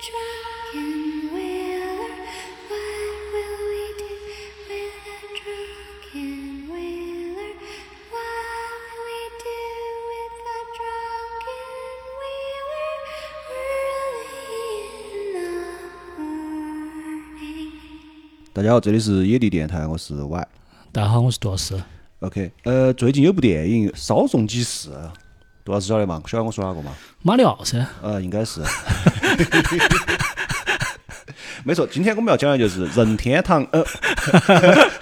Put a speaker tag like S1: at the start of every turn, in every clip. S1: drunken whaler? What will we do with a drunken whaler? What will we do with a drunken whaler? Early in the morning.
S2: 大家好，这里是野地电台，我是 Y。
S3: 大家好，我是杜老师。
S2: OK，呃，最近有部电影《稍纵即逝》，杜老师晓得吗？晓得我说哪个吗？
S3: 马里奥噻，
S2: 呃，应该是。 没错，今天我们要讲的就是任天堂。呃，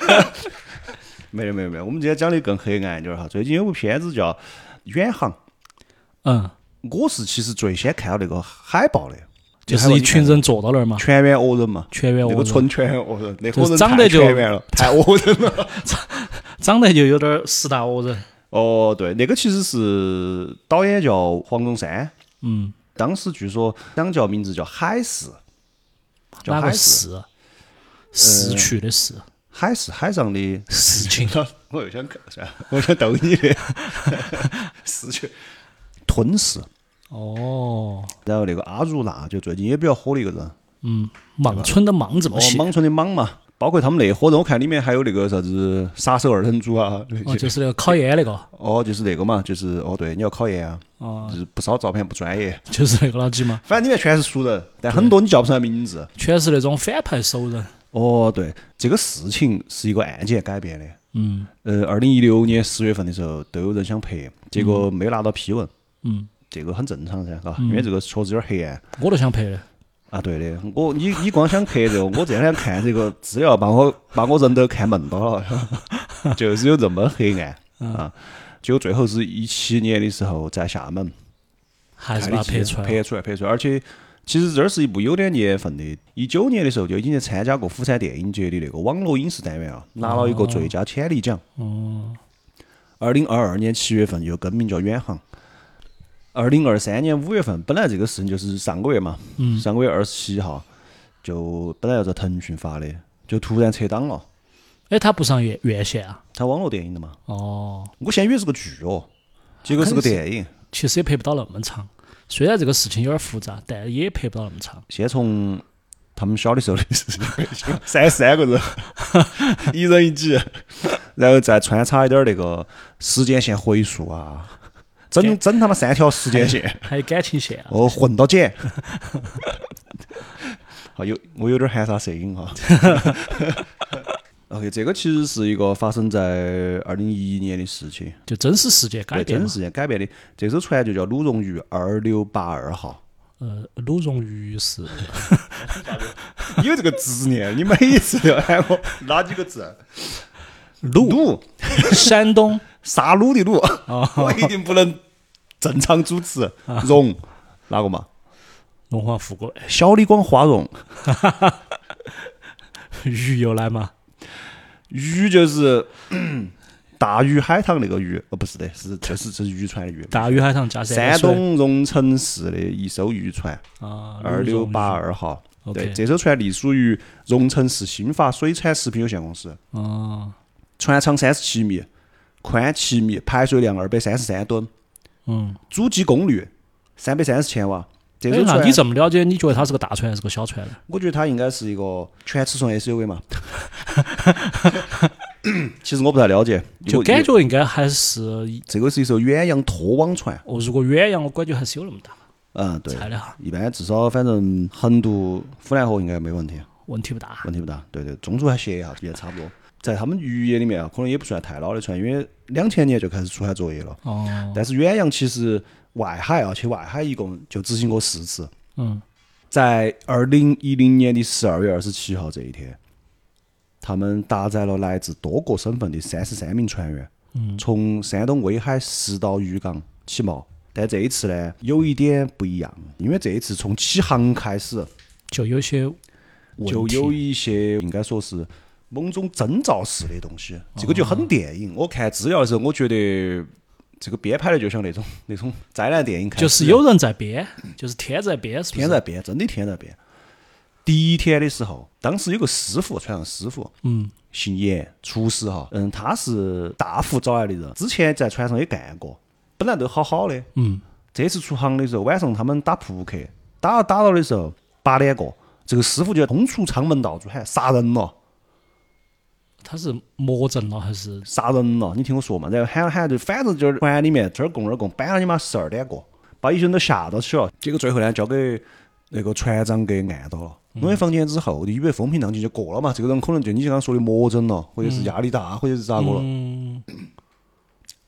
S2: 没有没有没有，我们今天讲的更黑暗一点儿哈。最近有部片子叫《远航》，
S3: 嗯，
S2: 我是其实最先看到那个海报的，
S3: 就是一群人坐到那儿嘛，
S2: 全员讹人嘛，
S3: 全员讹
S2: 那个
S3: 人
S2: 纯全员讹人，那伙
S3: 就是
S2: 人
S3: 长
S2: 太
S3: 得就
S2: 全员了，太讹人了。
S3: 长得就有点儿十大恶人。
S2: 哦，对，那个其实是导演叫黄宗山，
S3: 嗯，
S2: 当时据说想叫名字叫海市，叫
S3: 哪个
S2: 海市，
S3: 逝？逝去的逝，
S2: 海市海上的。
S3: 事情。
S2: 我又想看，算了，我想逗你的， 失去吞噬。
S3: 哦，
S2: 然后那个阿如那，就最近也比较火的一个人，
S3: 嗯，莽村的莽怎
S2: 哦
S3: 么，写？
S2: 莽村的莽嘛，包括他们那伙人，我看里面还有那个啥子杀手二人组啊，那
S3: 哦，
S2: 些
S3: 就是那个考研那个，
S2: 哦，就是那个嘛，就是哦，对，你要考研啊，
S3: 哦，
S2: 就是不烧照片不专业，
S3: 就是那个老几嘛，
S2: 反正里面全是熟人，但很多你叫不上来名字。
S3: 全是那种反派熟人。
S2: 哦，对，这个事情是一个案件改编的。
S3: 嗯
S2: 呃，二零一六年十月份的时候，都有人想拍，结果没拿到批文，
S3: 嗯，
S2: 这个很正常噻，嘎，因为这个确实有点黑暗。
S3: 我都想拍的。
S2: 啊，对的，我你你光想拍这个，我这两天看这个资料，把我把我人都看懵到了， 就是有这么黑暗啊。结果最后是一七年的时候，在厦门
S3: 还是
S2: 看
S3: 把
S2: 的
S3: 它
S2: 几
S3: 拍
S2: 年
S3: 出来了。
S2: 拍出来，拍出来。而且其实这儿是一部有点年份的，一九年的时候就已经参加过釜山电影节的那个网络影视单元啊，拿了一个最佳潜力奖。
S3: 哦，
S2: 二零二二年七月份又更名叫远航。二零二三年五月份，本来这个事情就是上个月嘛，
S3: 嗯
S2: 上个月二十七号，就本来要在腾讯发的，就突然撤档了。
S3: 哎，他不上院院线啊？
S2: 它网络电影的嘛，
S3: 哦，
S2: 我先以为是个剧哦，结果是个
S3: 啊
S2: 电影。
S3: 其实也拍不到那么长。虽然这个事情有点复杂，但也拍不到那么长。
S2: 先从他们小的时候的事情说起， 三十三个人，一人一集，然后再穿插一点儿那个时间线回溯啊，整整他妈三条时间线。
S3: 还有感情线啊？
S2: 哦，混到姐。 好，有我有点含沙射影 哈。OK，这个其实是一个发生在二零一一年的事情，
S3: 就真实事件改
S2: 对，真
S3: 编嘛
S2: 人。事件改编的。这艘船就叫鲁荣鱼二六八二号。
S3: 呃，鲁荣鱼是
S2: 有这个执念，你每一次 都要喊哎我哪几个字？
S3: 鲁，
S2: 鲁，
S3: 山东
S2: 杀戮的鲁。 我一定不能正常主持。荣，哪个嘛？
S3: 荣华富贵，
S2: 小李广花荣。
S3: 鱼又来嘛？
S2: 鱼 就是嗯大鱼海棠那个鱼，哦，不是的，是就是就是渔船的渔。
S3: 大鱼海棠加
S2: 山
S3: 水
S2: 东荣成市的一艘渔船，
S3: 啊，
S2: 二
S3: 鲁
S2: 六
S3: 荣鱼
S2: 八。二号。
S3: OK
S2: 对，这艘船隶属于荣成市新发水产食品有限公司，
S3: 哦，
S2: 船长三十七米，宽七米，排水量二百三十三吨，
S3: 嗯，
S2: 主机功率三百三十千瓦。这
S3: 哎
S2: 艘，
S3: 那
S2: 船
S3: 你，这么了解，你觉得它是个大船还是个小船呢？
S2: 我觉得它应该是一个全尺寸 SUV 嘛。 其实我不太了解，
S3: 就
S2: 我
S3: 感觉应该还是
S2: 这个是一艘远洋拖网船。
S3: 哦，如果远洋，我感觉还是有那么大，
S2: 嗯，对，
S3: 猜的哈，
S2: 一般至少反正横渡府南河应该没问题，
S3: 问题不大。
S2: 问题不大。对对，中途还歇一下啊也差不多。在他们渔业里面啊，可能也不算太老的船，因为两千年就开始出海作业了。
S3: 哦，
S2: 但是远洋其实外海啊，去外海一共就执行过四次，
S3: 嗯，
S2: 在二零一零年的十二月二十七号这一天，他们搭载了来自多个省份的三十三名船员，
S3: 嗯
S2: 从山东威海石岛渔港起锚。但这一次呢，有一点不一样，因为这一次从起航开始，
S3: 就有些
S2: 就
S3: 问题
S2: 有一些应该说是某种征兆式的东西，
S3: 哦
S2: 这个就很电影。我看资料的时候，我觉得这个编排的就像那种 那种灾难电影看，
S3: 就是有人在编，就是天在编，是不是
S2: 天在变，真的天在变。第一天的时候，当时有个师傅，船上师傅，
S3: 嗯，
S2: 姓严，厨师哈，嗯，他是大副找来的人，之前在船上也干过，本来都好好的，
S3: 嗯，
S2: 这次出航的时候，晚上他们打扑克，打打到的时候，扒两个，这个师傅就冲出仓门到处喊杀人了，
S3: 他是魔怔了还是？
S2: 杀人了！你听我说嘛，然后喊喊就反正就是团里面这儿供那儿供，搬了你妈十二点个，把一些人都吓到起了。结果最后呢，交给那个船长给按到了。弄完房间之后，你以为风平浪静就过了嘛？这个人可能就你刚刚说的魔怔了，或者是压力大，或者是咋个了。
S3: 嗯，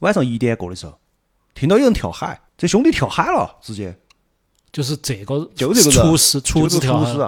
S2: 晚上一点过的时候，听到有人跳海，这兄弟跳海了，直接
S3: 就是这个，
S2: 就这个人
S3: 厨师，厨
S2: 就
S3: 子
S2: 是
S3: 跳
S2: 厨
S3: 海
S2: 师
S3: 了。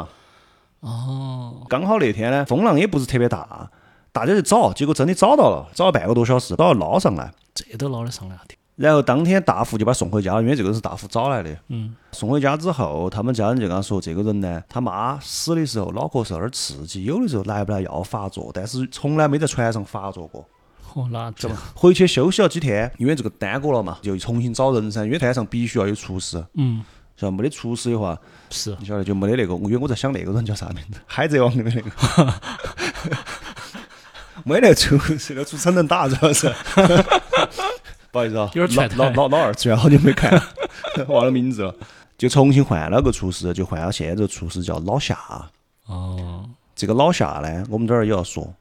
S2: 啊。
S3: 哦，
S2: 刚好那天呢，风浪也不是特别大，大家就找，结果真的找到了，找了半个多小时，把他捞上来。
S3: 这都捞得上来啊！天
S2: 然后当天大副就把他送回家了，因为这个人是大副找来的。
S3: 嗯，
S2: 送回家之后，他们家人就跟他说，这个人呢，他妈死的时候脑壳受点刺激，有的时候来不来要发作，但是从来没在船上发作过。
S3: 哦，那这
S2: 回去休息了几天，因为这个耽搁了嘛，就重新找人噻。因为船上必须要有厨师，
S3: 嗯
S2: 晓得没得厨师的话，
S3: 是
S2: 你晓得就没得那个。因为我在想那个人叫啥名字，《 海贼王》里面那个，没得厨师，那厨师很能打，主要 是。不好意思啊，
S3: 有点
S2: 老
S3: 踹
S2: 老
S3: 台
S2: 老老二次元好久没看， 忘了名字了。就重新换了个厨师，就换了现在这个厨师叫老夏。
S3: 哦，
S2: 这个老夏呢，我们这儿也要说，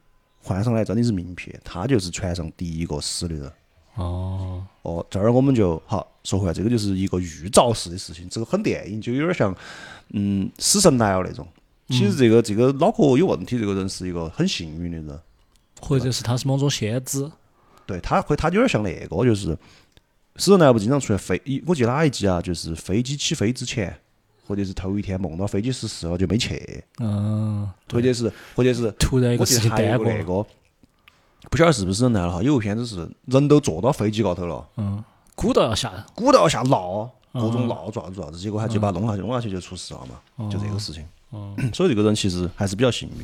S2: 换上来真的是名片，他就是船上第一个死的人。
S3: 哦，
S2: 哦，这儿我们就好说回来，这个就是一个预兆式的事情，这个很电影，就有点像嗯死神来了那种。其实这个这个脑壳有问题，这个人是一个很幸运的人，
S3: 或者是他是某种先知，
S2: 对他会他有点像那个，就是死神来了不经常出现飞，一我记得哪一集啊，就是飞机起飞之前，或者是头一天梦到飞机失事了就没去，
S3: 嗯，
S2: 或者是或者是
S3: 突然一
S2: 我
S3: 个
S2: 记
S3: 事
S2: 得
S3: 情
S2: 还
S3: 耽
S2: 有
S3: 搁
S2: 个那
S3: 了，
S2: 个，不晓得是不是人来了哈，有一篇就是人都坐到飞机高头了。
S3: 嗯，鼓捣要吓人，
S2: 鼓捣一下闹，各种闹爪子爪子，结果他就把弄下去，弄下去啊就出事了嘛，就这个事情。所以这个人其实还是比较幸运。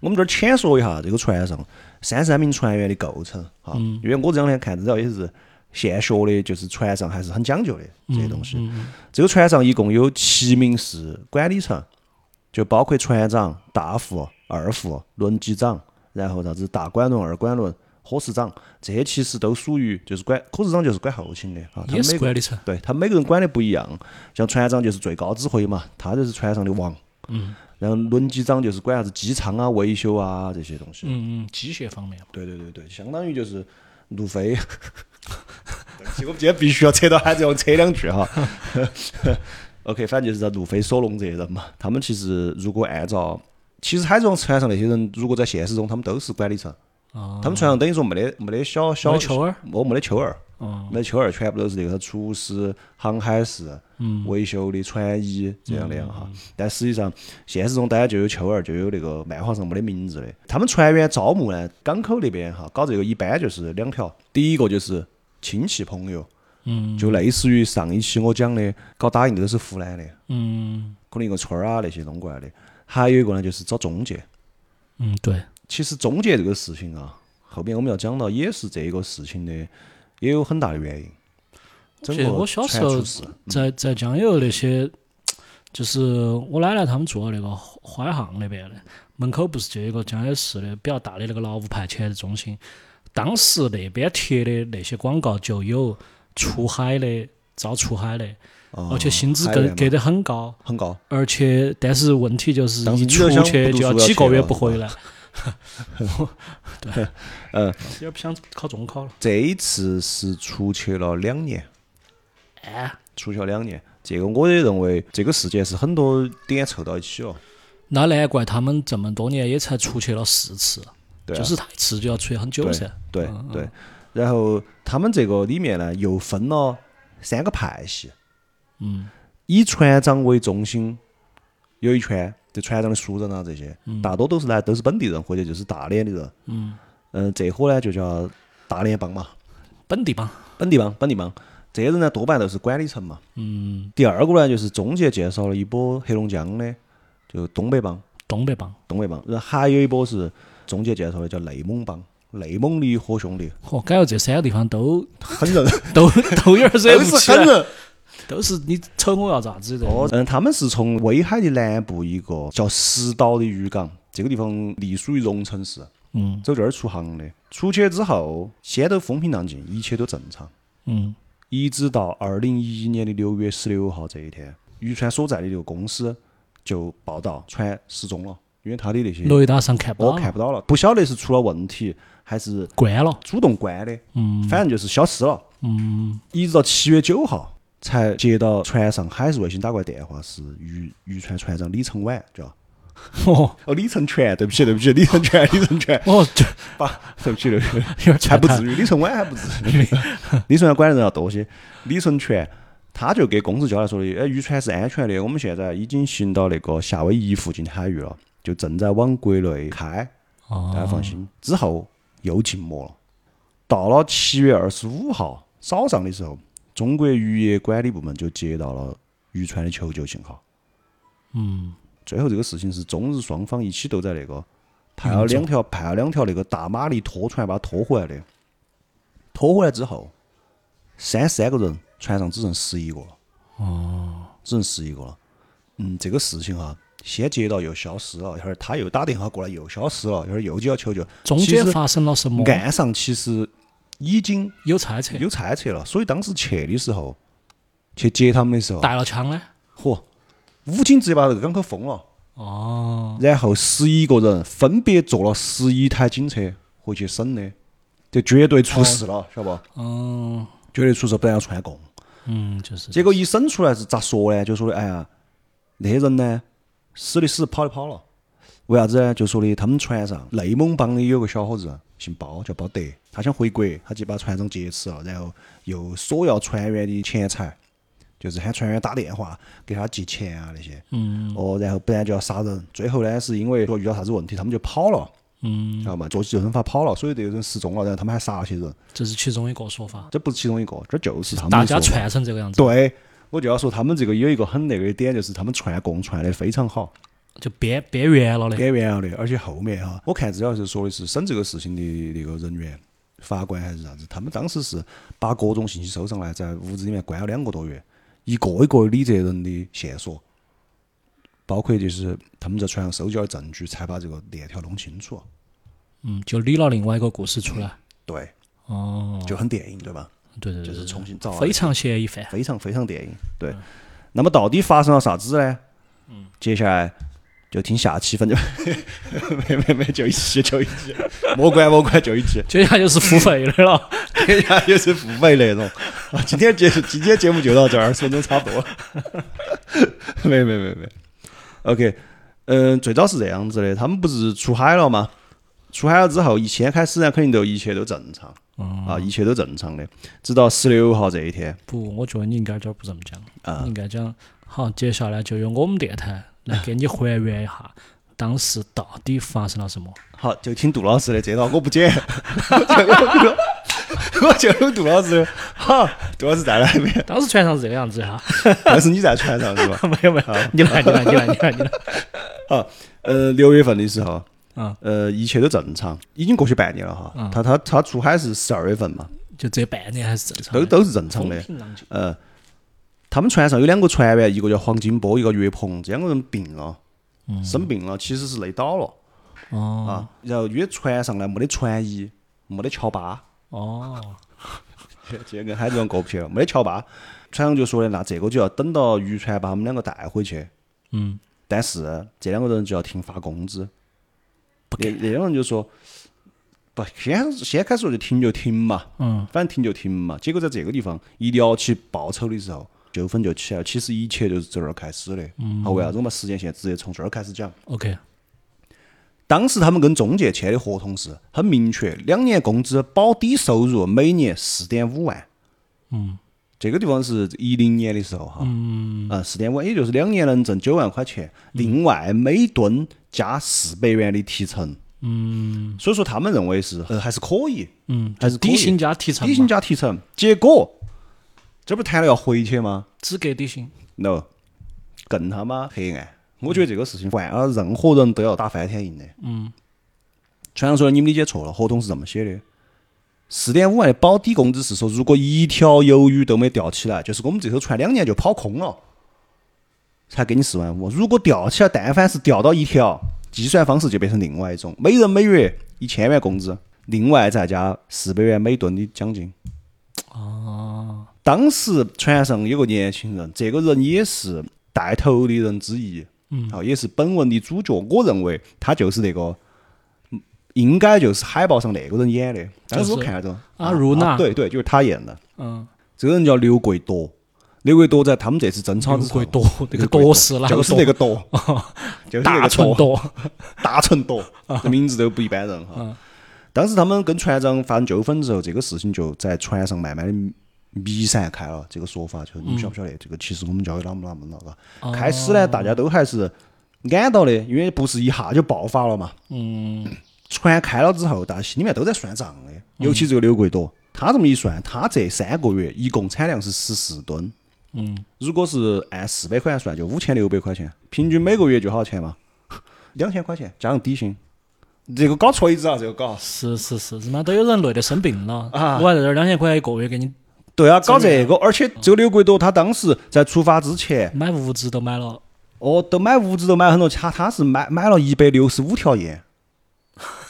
S2: 我们这儿浅说一下这个船上三十三名船员的构成哈，因为我这两天看资料也是现学的，就是船上还是很讲究的这些东西。这个船上一共有七名是管理层，就包括船长、大副、二副、轮机长，然后啥子大管轮、二管轮、伙食长，这些其实都属于就是管伙食长就是管后勤的啊，他
S3: 也
S2: 们
S3: 是
S2: 每个
S3: 管理层，
S2: 对他们每个人管的不一样，像船长就是最高指挥嘛，他就是船上的王。嗯。然后轮机长就是管啥子机舱啊、维修啊这些东西。
S3: 嗯嗯，机械方面，
S2: 对对对对，相当于就是路飞。对不起，我们今天必须要扯到海贼王扯两句哈。OK，反正就是在路飞、索隆这些人嘛，他们其实如果按照，其实海贼王船上那些人，如果在现实中，他们都是管理层，
S3: 哦，
S2: 他们船上等于说没得没得小小
S3: 没球儿，
S2: 我没得秋儿，
S3: 哦，
S2: 没得秋儿，全部都是那个厨师、航海士、
S3: 嗯
S2: 维修的、船医这样那样哈。但实际上，现实中大家就有秋儿，就有那个漫画上没得名字的。他们船员招募呢，港口那边哈搞这个一般就是两条，第一个就是亲戚朋友，
S3: 嗯
S2: 就类似于上一期我讲的搞打印的都是湖南的，
S3: 嗯
S2: 可能一个村儿啊那些弄过来的。还有一个呢，就是找中介。
S3: 嗯，对，
S2: 其实中介这个事情啊，后面我们要讲到，也是这个事情的也有很大的原因。整
S3: 记得
S2: 个
S3: 我小时
S2: 传
S3: 候
S2: 出事
S3: 在在江油那些，就是我奶奶他们住的那个花花巷那边的，门口不是就有一个江油市的比较大的那个劳务派遣的中心，当时那边贴的那些广告就有出海的。招出海的，
S2: 啊
S3: 而且薪资
S2: 海
S3: 更
S2: 员
S3: 给
S2: 嘛
S3: 得很高，
S2: 很高，
S3: 而且但是问题就是
S2: 当时
S3: 一
S2: 你
S3: 出
S2: 就想
S3: 去
S2: 不读
S3: 就要
S2: 书要
S3: 几个
S2: 去
S3: 月
S2: 了
S3: 不
S2: 是
S3: 回
S2: 吧
S3: 来。对，
S2: 呃，
S3: 有点不想考中考了。
S2: 这一次是出去了两年，
S3: 哎，
S2: 出去了两年。这个我也认为，这个事件是很多点凑到一起哦了。
S3: 那难怪他们这么多年也才出去了四次，
S2: 对啊、
S3: 就是他一次就要出去很久
S2: 对
S3: 噻。
S2: 对对。然后他们这个里面呢，又分了三个派系，
S3: 嗯，
S2: 以船长为中心，有一圈，就船长的熟人啊这些，大多都是来都是本地人或者就是大连的人。嗯这伙呢就叫大连帮嘛，
S3: 本地帮，
S2: 本地帮，本地帮。这些人呢多半都是管理层嘛。
S3: 嗯，
S2: 第二个呢，就是中介介绍了一波黑龙江的，就东北帮，
S3: 东北帮，
S2: 东北帮。然后还有一波是中介介绍的，叫内蒙帮，内蒙的一伙兄弟，
S3: 哦，感觉这三个地方都
S2: 很人，
S3: 都都有点惹
S2: 都
S3: 不
S2: 是
S3: 起
S2: 很
S3: 来，
S2: 人。
S3: 都是你瞅我要咋子的？
S2: 哦，嗯，他们是从威海的南部一个叫石岛的渔港，这个地方隶属于荣成市，
S3: 嗯
S2: 走这儿出航的。出去之后，先都风平浪静，一切都正常。
S3: 嗯
S2: 一直到二零一一年的六月十六号这一天，渔船所在的这个公司就报道传失踪了，因为他的那些
S3: 六一大上看不
S2: 我
S3: 到，
S2: 看不到了，不晓得是出了问题还是
S3: 关了。
S2: 主动关的，
S3: 嗯
S2: 反正就是消失了。
S3: 嗯，
S2: 一直到七月九号才接到船上海事卫星打过来电话，是渔渔船船长李承晚，叫
S3: 哦
S2: 哦李承全，对不起对不起李承全李承全，
S3: 哦，就
S2: 把对不起对不起，
S3: 有点
S2: 还
S3: 传
S2: 不
S3: 谈
S2: 至于，李承晚还不至于，李承晚管的人要多些，李承全。他就给公司交代说的，哎，渔船是安全的，我们现在已经行到那个夏威夷附近的海域了，就正在往国内开，大家
S3: 哦，
S2: 放心。之后又静默了。到了七月二十五号早上的时候，中国渔业管理部门就接到了渔船的求救信号。
S3: 嗯，
S2: 最后这个事情是中日双方一起都在那个派了两条派了两条那个大马力拖船把它拖回来的。拖回来之后，三十三个人，船上只剩十一个了。哦，只剩十一个了。嗯，这个事情哈、先接到又消失了，一会儿他又打电话过来又消失了，一会儿又就要求救。
S3: 中
S2: 其
S3: 间
S2: 实
S3: 发生了什么？
S2: 岸上其实已经
S3: 有猜测，
S2: 有猜测了，所以当时去的时候，去接他们的时候，
S3: 带了枪呢？
S2: 嚯，武警直接把这个港口封了，
S3: 哦，
S2: 然后十一个人分别坐了十一台警车回去审的，这绝对出事了，晓得不？
S3: 嗯
S2: 绝对出事，不然要串供。
S3: 嗯，就是
S2: 结果一审出来是咋说呢？就说的，哎呀，那些人呢，死的死，跑的跑了。为啥子呢？就说的他们船上内蒙帮的有个小伙子，姓包，叫包德，他想回国，他就把船长劫持了，然后又索要船员的钱财，就是喊船员打电话给他借钱啊那些。
S3: 嗯
S2: 哦，然后不然就要杀人。最后呢，是因为说遇到啥子问题，他们就跑了，
S3: 嗯，
S2: 晓得吗？坐起救生筏跑了，所以这个人失踪了，然后他们还杀了些人，
S3: 这是其中一个说法，
S2: 这不是其中一个，这就是他们
S3: 大
S2: 的
S3: 家
S2: 说法
S3: 串成这个样子，
S2: 对，我就要说他们这个有一个很那个的点，就是他们串供串的非常好，
S3: 就边边缘了的。
S2: 边缘了的。而且后面哈、我看资料是说的是审这个事情的那个人员，法官还是啥子，他们当时是把各种信息收上来，在屋子里面关了两个多月，一个一个理这人的线索，包括就是他们在船上收集了证据，才把这个链条弄清楚。
S3: 嗯，就理了另外一个故事出来。
S2: 对，
S3: 哦，
S2: 就很电影，对吧？
S3: 对对
S2: 就
S3: 对，
S2: 是
S3: 对
S2: 重新找了
S3: 非常嫌疑犯。
S2: 非常非常电影。对，那么到底发生了啥子呢？嗯，接下来就听下期，反正没没没，就一期就一期，莫管莫管，就一 期，
S3: 接下来就是付 费的了。
S2: 接下来就是付费那种。啊 今天节今天节目就到这儿，二十分钟差不多。 没没没没，OK，嗯、最早是这样子的，他们不是出海了吗？出海了之后，一先开始呢，肯定都一切都正常。啊，一切都正常的，直到十六号这一天，
S3: 不，我觉得你应该这儿不这么讲，
S2: 啊
S3: 你应该讲好，接下来就由我们电台来给你还原一下当时到底发生了什么。
S2: 好，就听杜老师的这套，我不剪， 我就有杜老，我就有杜老师的。好，杜老师再来一遍，
S3: 当时船上是这个样子哈，
S2: 但是你在船上是吧？
S3: 没有没有，
S2: 啊
S3: 你来你来你来你来你来，
S2: 好，呃，六月份的时候，
S3: 啊，
S2: 呃，一切都正常，已经过去半年了哈。他他他出海是十二月份嘛，
S3: 就这半年还是正常
S2: 都
S3: 的，
S2: 都是正常
S3: 风
S2: 的。
S3: 平浪静。
S2: 呃，他们船上有两个船员，一个叫黄金波，一个叫岳鹏，这两个人病了，生病了，其实是累倒了
S3: 哦
S2: 啊。然后因为船上呢没得船医，没得乔巴。
S3: 哦，
S2: 这跟海子王过不去了，没得桥坝。船长就说的，那这个就要等到渔船把他们两个带回去，
S3: 嗯，
S2: 但是这两个人就要停发工资。那那两个人就说，不，先先开始说就停就停嘛，
S3: 嗯，
S2: 反正停就停嘛。结果在这个地方一聊起报酬的时候，纠纷就起来了。其实一切就是这儿开始的。
S3: 嗯
S2: 好，为啥子我们时间线直接从这儿开始讲？
S3: OK，
S2: 当时他们跟中介签的合同是很明确，两年工资保底收入每年四点五万。嗯，这个地方是一零年的时候哈，嗯，啊四点五，也就是两年能挣九万块钱，另外每吨加四百元的提成。嗯，所以说他们认为是呃还是可以，
S3: 嗯，
S2: 还是可以
S3: 底薪加提成嘛，
S2: 底薪加提成。结果这不是谈了要回去吗？
S3: 只给底薪。
S2: no，更他妈黑暗。我觉得这个事情换了任何人都要打翻天印的。嗯，船长说你们理解错了，合同是这么写的：四点五万的保底工资是说，如果一条鱿鱼都没钓起来，就是我们这艘船两年就跑空了，才给你四万五。如果钓起来，但凡是钓到一条，计算方式就变成另外一种，每人每月一千元工资，另外再加四百元每吨的奖金。
S3: 哦，
S2: 当时船上有个年轻人，这个人也是带头的人之一，嗯，好，也是本文的主角，我认为他就是那个，嗯应该就是海报上那个人演的，但是我
S3: 就是
S2: 看了这
S3: 阿啊如娜
S2: 啊对对，就是他演的，
S3: 嗯，
S2: 这个人叫刘贵多。刘贵多在他们这次争吵之
S3: 刘
S2: 后
S3: 贵，多那
S2: 刘
S3: 个
S2: 贵多
S3: 多是哪个
S2: 就是
S3: 多
S2: 那个多，就是那
S3: 大
S2: 个
S3: 寸
S2: 多，
S3: 多，
S2: 大成多，这名字都不一般人哈。当时他们跟船长发生纠纷之后，这个事情就在船上慢慢的弥散开了。这个说法就是你们晓不晓得？这个其实我们交给他们他们了，嘎。开始呢，大家都还是安到的，因为不是一下就爆发了嘛。
S3: 嗯，
S2: 船开了之后，大家心里面都在算账的，尤其这个刘贵多，他这么一算，他这三个月一共产量是十四吨。嗯，如果是按四百块钱算，就五千六百块钱，平均每个月就好钱嘛，两千块钱加上底薪，这个搞锤子啊，这个搞，
S3: 是是是，他妈都有人累得生病了，
S2: 啊
S3: 我还在这儿两千块一个月给你
S2: 对啊，搞这个，而且这个刘贵多他当时在出发之前，
S3: 买物资都买了，
S2: 哦，都买物资都买很多，他他是买买了一百六十五条烟，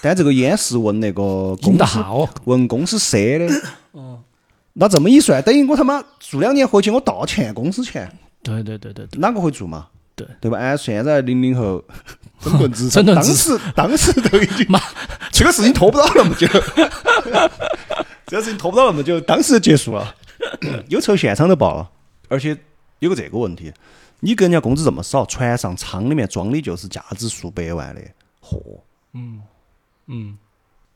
S2: 但这个烟是问那个
S3: 引
S2: 公
S3: 得
S2: 司
S3: 好，
S2: 问公司赊的。那这么一算，等于我他妈做两年回去，我倒欠公司钱，
S3: 对对对对对，
S2: 哪个会做嘛？
S3: 对
S2: 对吧？按哎现在零零 后整顿职场，
S3: 整顿
S2: 当
S3: 职
S2: 时当时都已 经这个事情拖不到那么久， 这个事情拖不到那么久，当时就结束 了，有仇现场都报了。而且有个这个问题，你给人家工资这么少，船上舱里面装的就是价值数百万的货，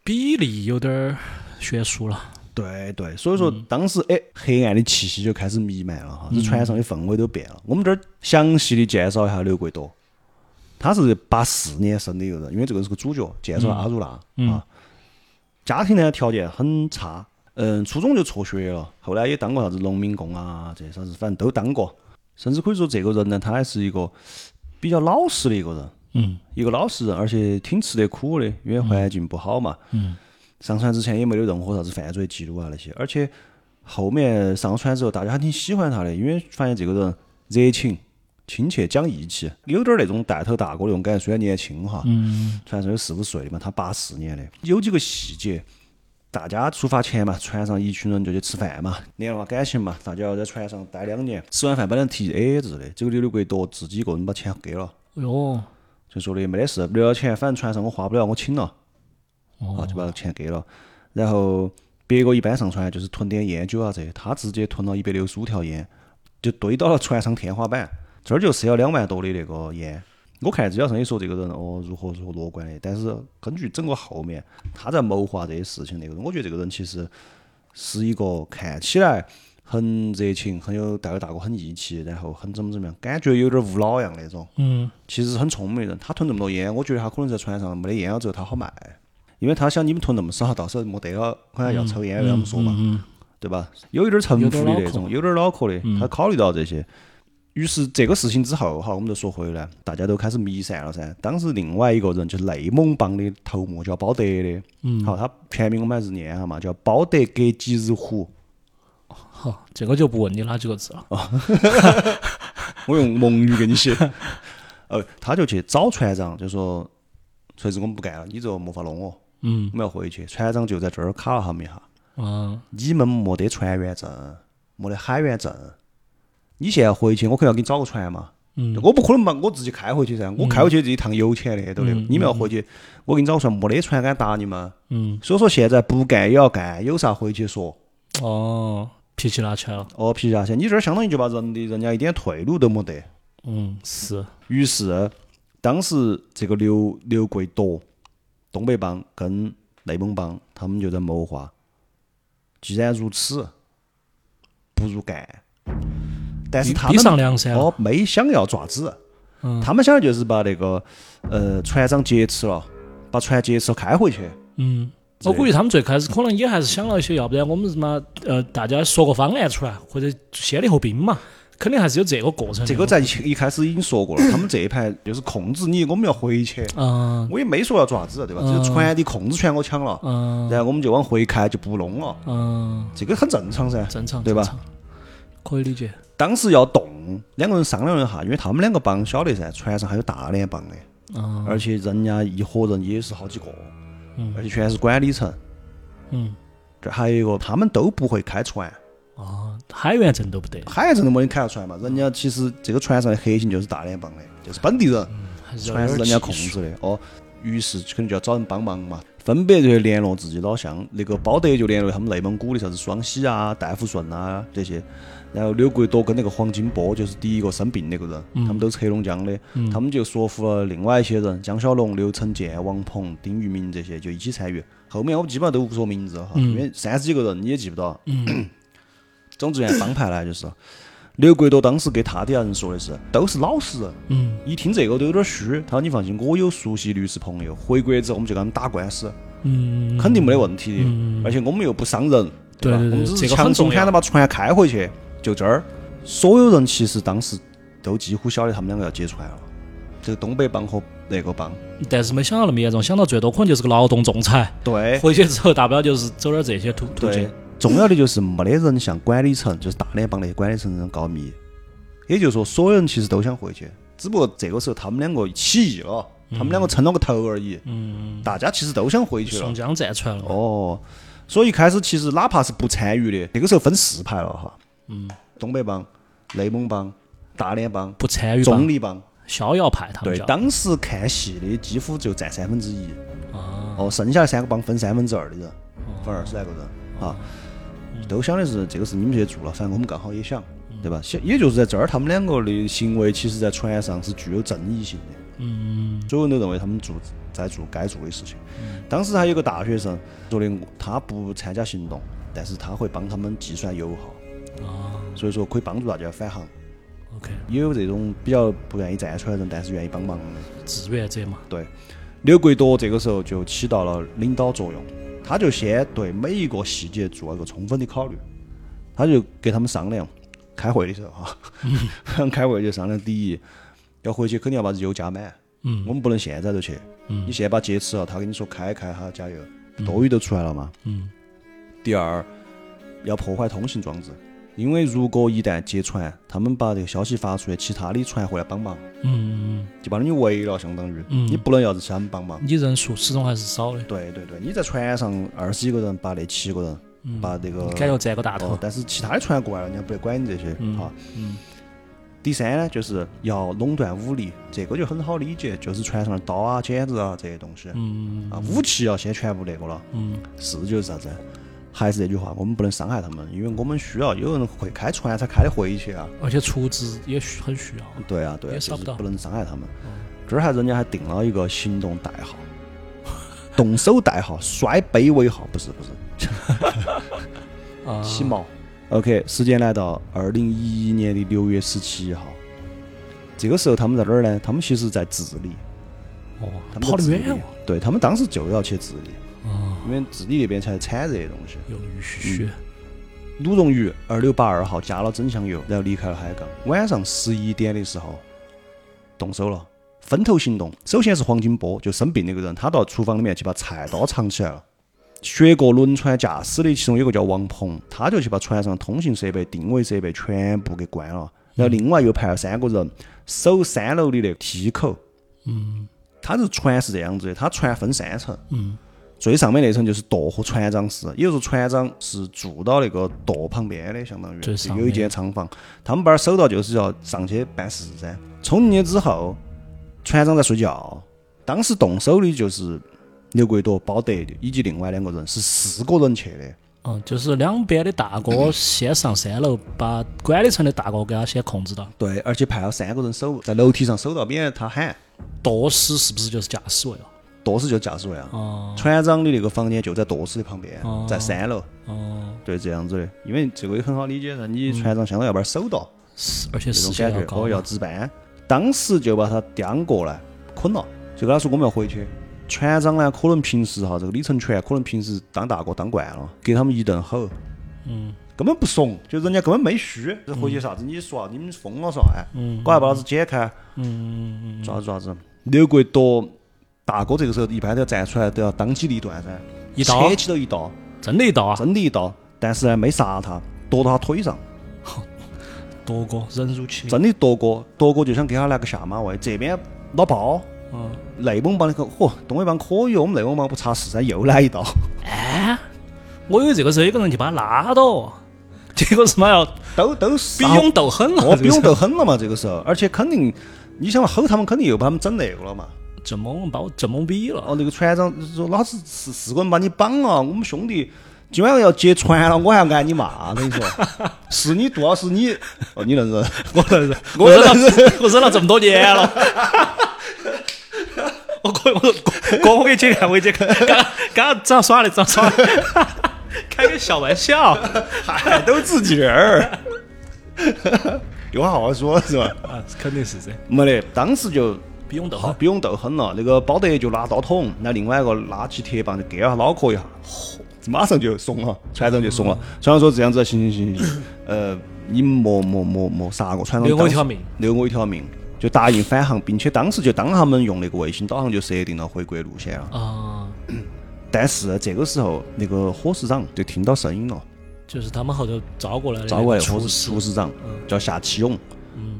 S3: 比例有点儿悬殊了，
S2: 对对，所以说当时哎，黑暗的气息就开始弥漫了哈，这船上的氛围都变了。我们这儿详细的介绍一下刘贵多，他是八四年生的一个人，因为这个是个主角，介绍了阿如娜、啊。家庭呢条件很差，嗯，初中就辍学了，后来也当过啥子农民工啊，这啥子反正都当过，甚至可以说这个人呢，他还是一个比较老实的一个人，
S3: 嗯，
S2: 一个老实人，而且挺吃得苦的，因为环境不好嘛。
S3: 嗯。
S2: 上船之前也没有任何啥子犯罪记录啊那些，而且后面上船之后，大家还挺喜欢他的，因为发现这个人热情、亲切、讲义气，有点儿那种带头大哥那种感觉。虽然年轻哈，嗯，船上有四五岁的嘛，他八四年的，有几个细节。大家出发前嘛，船上一群人就去吃饭嘛，联络感情嘛，大家要在船上待两年。吃完饭本来提 AA 制哎的，这个刘国多自己一个人把钱给了。
S3: 哎呦，
S2: 就说的没得事，不了钱，反正船上我花不了，我请了，啊，就把钱给了。然后别个一般上船就是囤点烟酒啊这，他直接囤了一百六十五条烟，就堆到了船上天花板。这儿就是要两万多的那个烟。我看资料上也说这个人哦如何如何乐观的，但是根据整个后面他在谋划这些事情那个人，我觉得这个人其实是一个看起来很热情、很有带有大哥、很义气，然后很怎么怎么样，感觉有点无脑样那种。
S3: 嗯，
S2: 其实很聪明的人，他囤这么多烟，我觉得他可能在船上没得烟了之后他好卖，因为他想你们囤那么少，到时候没得了，好像要抽
S3: 嗯
S2: 烟了他们说嘛，对吧？有一点儿城府的那种，有点儿脑壳的，他考虑到这些。于是这个事情之后，哈，我们就说回来，大家都开始弥散了噻。当时另外一个人就是内蒙帮的头目，叫包德的，嗯，好，他全名我们还是念一下嘛，叫包德格吉日虎。
S3: 好，这个就不问你哪几个字了，
S2: 哦我用蒙语给你写。 呃，他就去找船长，就说：“锤子，我们不干了，你这没法弄我，
S3: 嗯
S2: 我们要回去。”船长就在这儿卡了他们一下：“
S3: 嗯，
S2: 你们没得船员证，没得海员证，你现在回去，我肯定要给你找个船嘛。
S3: 嗯
S2: 我不可能把我自己开回去噻，我开回去这一趟油钱的，对不对？你们要回去，我给你找个船，没得船敢打你们。
S3: 嗯，
S2: 所以说现在不干也要干，有啥回去说。
S3: 哦，脾气拿起来了，
S2: 哦，皮夹些，你这儿相当于就把人的人家一点退路都没得。
S3: 嗯，是，
S2: 于是当时这个刘刘贵多，东北帮跟内蒙帮，他们就在谋划，既然如此，不如干。但是他
S3: 逼
S2: 们
S3: 上嗯梁山了，
S2: 哦没想要爪子，他们想的就是把那个呃船长劫持了，把船劫持了开回去。
S3: 嗯，我估计他们最开始可能也还是想了一些，要不然我们他妈呃大家说个方案出来，或者先礼后兵嘛，肯定还是有这个过程的。
S2: 这个在一一开始已经说过了， 他们这一盘就是控制你，我们要回去。
S3: 嗯
S2: 我也没说要做啥子，对吧？这个船的控制权我抢了，
S3: 嗯
S2: 然后我们就往回开，就不弄了。
S3: 嗯，
S2: 这个很正常噻，
S3: 正常
S2: 对吧？
S3: 正常可以理解。
S2: 当时要动，两个人商量了一下，因为他们两个帮晓得噻，船上还有大连帮的，
S3: 嗯
S2: 而且人家一伙人也是好几个，
S3: 嗯
S2: 而且全是管理层。
S3: 嗯
S2: 这还有一个，他们都不会开船，
S3: 啊，海员证都不得，
S2: 海外证都没你看得出来嘛。人家其实这个船上的核心就是大连帮的，就是本地人，
S3: 还是要
S2: 船
S3: 有
S2: 是人家
S3: 点技
S2: 控
S3: 术
S2: 制的。哦，于是肯定就要找人帮忙嘛。分别就会联络自己老乡，那个包德就联络他们内蒙古的啥子双喜啊、大夫顺啊这些，然后柳国多跟那个黄金波就是第一个生病那个人，
S3: 嗯
S2: 他们都是黑龙江的，他们就说服了另外一些人，江小龙、刘成建、王鹏、丁玉明这些就一起参与。后面我基本上都不说名字了
S3: 嗯
S2: 哈，因为三十几个人你也记不到。 总之呢，帮派呢就是。刘国多当时给他底下人说的是，都是老实人，
S3: 嗯，
S2: 一听这个都有点虚。他说你放心，我有熟悉律师朋友，回国之后我们就跟他们打官司，
S3: 嗯，
S2: 肯定没得问题的。而且我们又不伤人，吧？
S3: 对对对
S2: 我们只是
S3: 这个
S2: 强
S3: 很
S2: 行
S3: 重要
S2: 喊他把船开回去，就这儿。所有人其实当时都几乎晓得他们两个要揭穿了，这个东北帮和那个帮。
S3: 但是没想到那么严重，想到最多可能就是个劳动仲裁，
S2: 对
S3: 回去之后大不了就是走点这些途途
S2: 哎对
S3: 径，，
S2: 重要的就是没得人向管理层，就是大连帮那些管理层人告密。也就是说，所有人其实都想回去，只不过这个时候他们两个起义了，他们两个撑了个头而已。嗯，大家其实都想回去了
S3: 宋。江站出来了，
S2: 哦，所以一开始其实哪怕是不参与的，那个时候分四派了哈。嗯，东北帮、内蒙帮、大连帮、
S3: 不参与吧
S2: 中立帮。
S3: 逍遥派他们
S2: 对，
S3: 叫，
S2: 当时看戏的几乎就占三分之一。
S3: 啊
S2: 哦，剩下的三个帮分三分之二的人，
S3: 哦
S2: 分二十来个人啊，都想的是这个是你们去做了，反正我们刚好也想，
S3: 嗯
S2: 对吧？想也就是在这儿，他们两个的行为其实，在船上是具有正义性的。嗯，所有人都认为他们做在做该做的事情。
S3: 嗯
S2: 当时还有个大学生说的，他不参加行动，但是他会帮他们计算油耗，
S3: 啊
S2: 所以说可以帮助大家返航。
S3: OK，
S2: 也有这种比较不愿意站出来的人，但是愿意帮忙的。
S3: 志愿者嘛，
S2: 对，刘国多这个时候就起到了领导作用，他就先对每一个细节做了个充分的考虑，他就给他们商量，开会的时候哈， 开会就商量，第一要回去肯定要把油加满，
S3: 嗯，
S2: 我们不能现在就去，嗯，你先把节吃了，他跟你说开开哈加油，多余都出来了嘛，
S3: 嗯，
S2: 第二要破坏通信装置。因为如果一旦劫船，他们把这个消息发出去，其他的船会来帮忙，
S3: 嗯，
S2: 就把你围了，相当于，
S3: 嗯
S2: 你不能要他们帮忙。
S3: 你人数始终还是少的，
S2: 对对对，你在船上二十几个人把那七个人，
S3: 嗯
S2: 把这个
S3: 感觉占个大头
S2: 哦，，但是其他的船过来了，人家不得管你这些
S3: 嗯
S2: 哈。
S3: 嗯
S2: 第三呢，就是要垄断武力，这个就很好理解，就是船上的刀啊、剪子啊这些东西
S3: 嗯
S2: 啊，武器要先全部那个了。
S3: 嗯
S2: 是就是啥子？还是那句话，我们不能伤害他们，因为我们需要有人会开船才开得回去啊。
S3: 而且出资也需很需要，
S2: 对啊，对啊，
S3: 也
S2: 就
S3: 杀
S2: 是
S3: 不到哦
S2: 不能伤害他们。这儿还人家还定了一个行动代号，动手代号，摔杯尾号，不是不是，
S3: 啊，
S2: 起毛。OK，时间来到二零一一年的六月十七号，这个时候他们在哪儿呢？他们其实在智利，
S3: 哦
S2: 他，们在
S3: 跑得
S2: 智利
S3: 远哦，
S2: 对他们当时就要去智利，
S3: 啊，
S2: 因为智利那边才产这些东西。
S3: 有雨雪，
S2: 鲁荣鱼二六八二号加了整箱油，然后离开了海港。晚上十一点的时候，动手了，分头行动。首先是黄金波，就生病那个人，他到厨房里面去把菜刀藏起来了。学过轮船驾驶的，其中有个叫王鹏，他就去把船上通信设备、定位设备全部给关
S3: 嗯
S2: 了。然后另外又派了三个人守三楼的那个梯口。
S3: 嗯
S2: 他这船是这样子的，他船分三层，
S3: 嗯
S2: 最上面那层就是舵和船长室，也就是说船长是住到那个舵旁边的，相当于
S3: 最
S2: 就
S3: 上面
S2: 有一间仓房。他们班儿守到就是要上去办事噻。冲进去之后，船长在睡觉，当时动手的就是刘国铎、包德以及另外两个人，是四个人去的。
S3: 哦，就是两边的大哥
S2: 嗯
S3: 先上三楼，把管理层的大哥给他先控制到。
S2: 对，而且派了三个人守在楼梯上守到，免得他喊。
S3: 舵师是不是就是驾驶位哦？
S2: 舵师就驾驶位啊，
S3: 哦
S2: 船长的那个房间就在舵师的旁边，
S3: 哦
S2: 在三楼。
S3: 哦，
S2: 对，这样子的，因为这个也很好理解噻，你船长相当于要把他守到。
S3: 是而且
S2: 这
S3: 时
S2: 种
S3: 间
S2: 感
S3: 要
S2: 觉，
S3: 高
S2: 哦，要值班。当时就把他叼过来捆了，就跟他说我们要回去。船长呢，可能平时哈这个李成全可能平时当大哥当惯了，给他们一顿吼，
S3: 嗯，
S2: 根本不怂，就人家根本没虚，这回去啥子你说啊，你们疯了说哎，
S3: 嗯
S2: 过来把老子解开，
S3: 嗯
S2: 抓子抓子。刘国铎大哥这个时候一般都要站出来，都要当机立断噻，
S3: 一刀啊
S2: 扯起了一刀，
S3: 真的一刀啊，
S2: 真的一刀，但是呢没杀他，剁到他腿上。
S3: 多哥人如其名，
S2: 真的夺哥，夺哥就想给他来个下马威。这边老包，
S3: 嗯，
S2: 内蒙帮的个，嚯，东北帮可以，我们内蒙帮不差事噻，又来一刀。
S3: 啊哎，我以为这个时候有个人就把他拉倒，结果是妈要
S2: 都都是
S3: 比勇 斗狠啊了，
S2: 哦，比勇斗狠了嘛，这个时候，而且肯定，你想嘛，吼他们肯定又把他们整那个了嘛。
S3: 正懵把我正懵逼了，
S2: 哦，那个船长说：“老子是是个人把你绑了，我们兄弟今晚上要劫船了，我还要挨你骂。我跟你说， 是你杜老师，你哦，你认识？
S3: 我认识，
S2: 我
S3: 我忍了，我忍了这么多年了。 我哥，我哥，哥，我给你解开，我给你解开，刚刚这样耍的，这样耍的，开个小玩笑。
S2: 嗨，
S3: 哎
S2: 都自己人儿， 有话好好说是吧？
S3: 啊，肯定是这样，
S2: 没得，当时就
S3: 比勇斗
S2: 好
S3: 狠。
S2: 比勇斗狠了。那个包德就拿刀捅，那另外一个拿起铁棒就给了脑壳一下，马上就怂了，
S3: 嗯
S2: 船长就怂了。船长说：“这样子，行行行行，呃，你莫莫莫莫杀我，船长
S3: 留我一
S2: 当时
S3: 条命，
S2: 留我一条命。”就答应返航，并且当时就当他们用那个卫星导航就设定了回归路线了。
S3: 啊、
S2: 但是这个时候，那个火市长就听到声音了，
S3: 就是他们后头招过来的，
S2: 招过来的火
S3: 厨
S2: 市
S3: 师嗯
S2: 厨，市长叫夏启勇，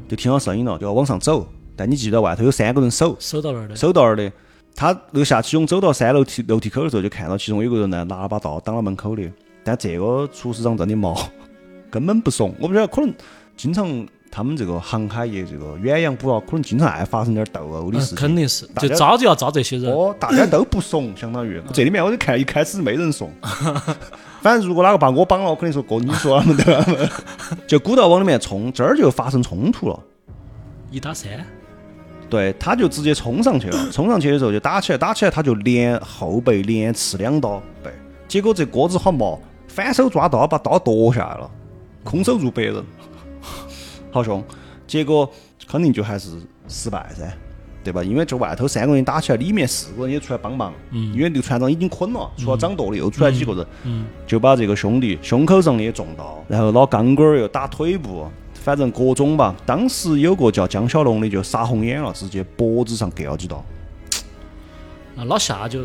S2: 就听到声音了，就要往上走。但你记得外头有三个人守，
S3: 收到那儿的，
S2: 守到那儿的。他那个夏启勇走到三楼梯楼梯口的时候，就看到其中有个人呢拿了把刀挡到门口的。但这个厨师长真的毛， 根本不怂。我不晓得，可能经常他们这个航海业这个远洋捕捞，可能经常爱发生点斗啊殴的
S3: 嗯
S2: 事情。
S3: 肯定是，
S2: 大
S3: 就
S2: 家
S3: 招就要招这些人。
S2: 哦，大家都不怂，相当于 这里面我就看一开始没人怂，反正如果哪个把我绑了，我肯定说哥你说他们对吧？ 就鼓捣往里面冲，这儿就发生冲突了。
S3: 一打三，
S2: 对，他就直接冲上去了。冲上去的时候就打起来，打起来他就连后背连刺两刀，对。结果这哥子好毛，反手抓刀把刀夺下来了，空手入白刃，好凶。结果肯定就还是失败噻，对吧？因为这外头三个人打起来，里面四个人也出来帮忙，
S3: 嗯
S2: 因为那个船长已经捆了，除了掌舵的又出来几个人，就把这个兄弟胸口上的也中到，然后脑钢管儿又打腿部，反正各种吧。当时有个叫江小龙的就杀红眼了，直接脖子上割了几刀，
S3: 那啊老夏就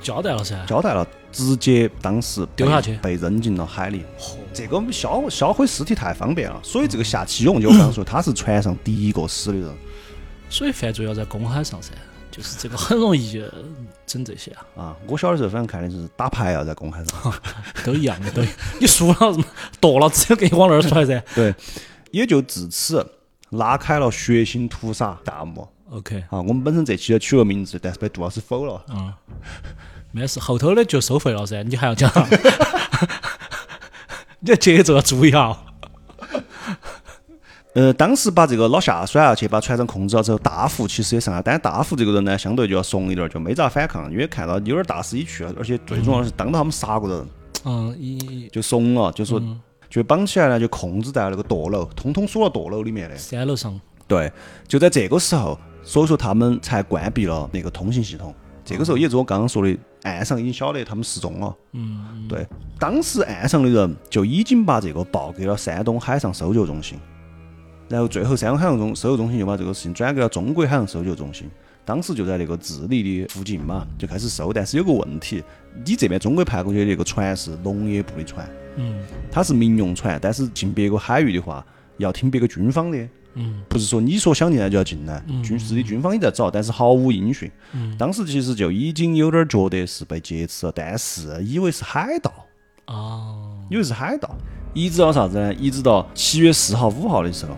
S3: 交代了噻，
S2: 交代了，直接当时被
S3: 丢下去哦
S2: 被扔进了海里。
S3: 嚯
S2: 这个销销毁尸体太方便了，所以这个夏启勇就我刚说，他是船上第一个死的人。
S3: 所以犯罪要在公海上噻，就是这个很容易就整这些啊，
S2: 啊，我小的时候反正看的就是打牌啊要在公海上，
S3: 都一样的，都一样你输了什么剁了，直接给你往那儿甩噻。
S2: 对，也就至此拉开了血腥屠杀大幕。
S3: OK，
S2: 啊，我们本身这期就取个名字，但是被杜老师否了。
S3: 没事，后头的就收费了噻，你还要讲？ 你节奏要注意啊！
S2: 呃，当时把这个老夏甩下去，把船长控制了之后，大副其实也上来，但是大副这个人呢，相对就要怂一点儿，就没咋反抗，因为看到有点大势已去了，而且最重要的是，当到他们杀过人，
S3: 嗯，一
S2: 就怂了，就说就绑起来呢，就控制在那个舵楼，通通锁到舵楼里面的。
S3: 三楼上
S2: 对，就在这个时候，所以说他们才关闭了那个通信系统。这个时候，也就是我刚刚说的，岸上已经晓得他们失踪了。嗯，对，当时岸上的人就已经把这个报给了山东海上搜救中心，然后最后山东海上中搜救中心就把这个事情转给了中国海上搜救中心。当时就在那个智利的附近嘛，就开始搜，但是有个问题，你这边中国派过去的那个船是农业部的船，
S3: 嗯，
S2: 它是民用船，但是进别个海域的话，要听别个军方的，
S3: 嗯，
S2: 不是说你说想进来就要进来，军自己军方也在找，但是毫无音讯。当时其实就已经有点觉得是被劫持了，但是以为是海盗，
S3: 哦，
S2: 以为是海盗，一直到啥子呢？一直到七月四号、五号的时候，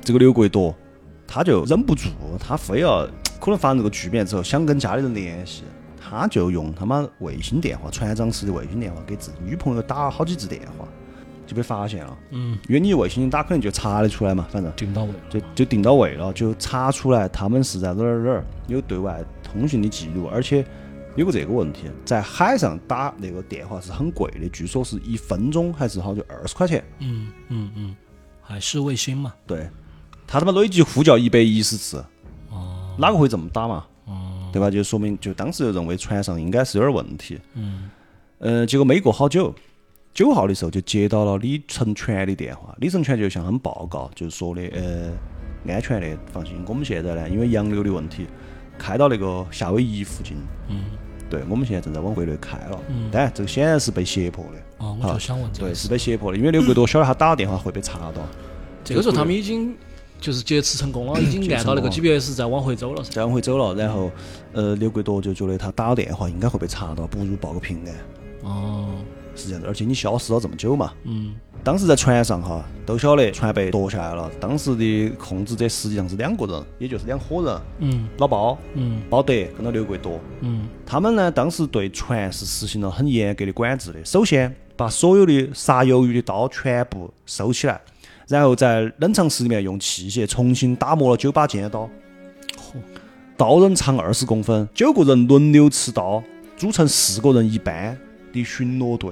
S2: 这个刘国铎他就忍不住，他非要可能发生这个局面之后，想跟家里人联系。他就用他妈卫星电话，船长室的卫星电话给自己女朋友打了好几次电话，就被发现了。
S3: 嗯，
S2: 因为你卫星打肯定就查得出来嘛，反正
S3: 定到位了，
S2: 就就定到位了，就查出来他们是在哪儿哪儿有对外通信的记录，而且有个这个问题，在海上打那个电话是很贵的，据说是一分钟还是好就二十块钱。
S3: 嗯嗯嗯，海事卫星嘛，
S2: 对，他他妈累计呼叫一百一十次，哪个会这么打嘛？对吧？就说明就当时就认为船上应该是有点问题。嗯，呃，结果没过好久，九号的时候就接到了李成全的电话，李成全就向他们报告，就是说的呃，安全的，放心，我们现在呢，因为洋流的问题，开到那个夏威夷附近。嗯。对，我们现在正在往国内开了，当然这个显然是被胁迫的，
S3: 哦，我就想问这
S2: 对，
S3: 个，
S2: 是被胁迫的，因为刘国多晓得他打了电话会被查到，
S3: 这个时候他们已经就是劫持成功了，已经按到那个 GPS 在往回走了噻，
S2: 再往回走了，然后呃，刘国铎就觉得他打了电话应该会被查到，不如报个平安。
S3: 哦，
S2: 是这样的，而且你消失了这么久嘛，
S3: 嗯，
S2: 当时在船上哈，都晓得船被夺下来了，当时的控制者实际上是两个人，也就是两伙人，
S3: 嗯
S2: 老包、
S3: 嗯
S2: 包德跟到刘贵夺，
S3: 嗯
S2: 他们呢，当时对船是实行了很严格的管制的。首先，把所有的杀鱿鱼的刀全部收起来，然后在冷藏室里面用器械重新打磨了九把尖刀，刀刃长二十公分，九个人轮流持刀，组成四个人一班的巡逻队，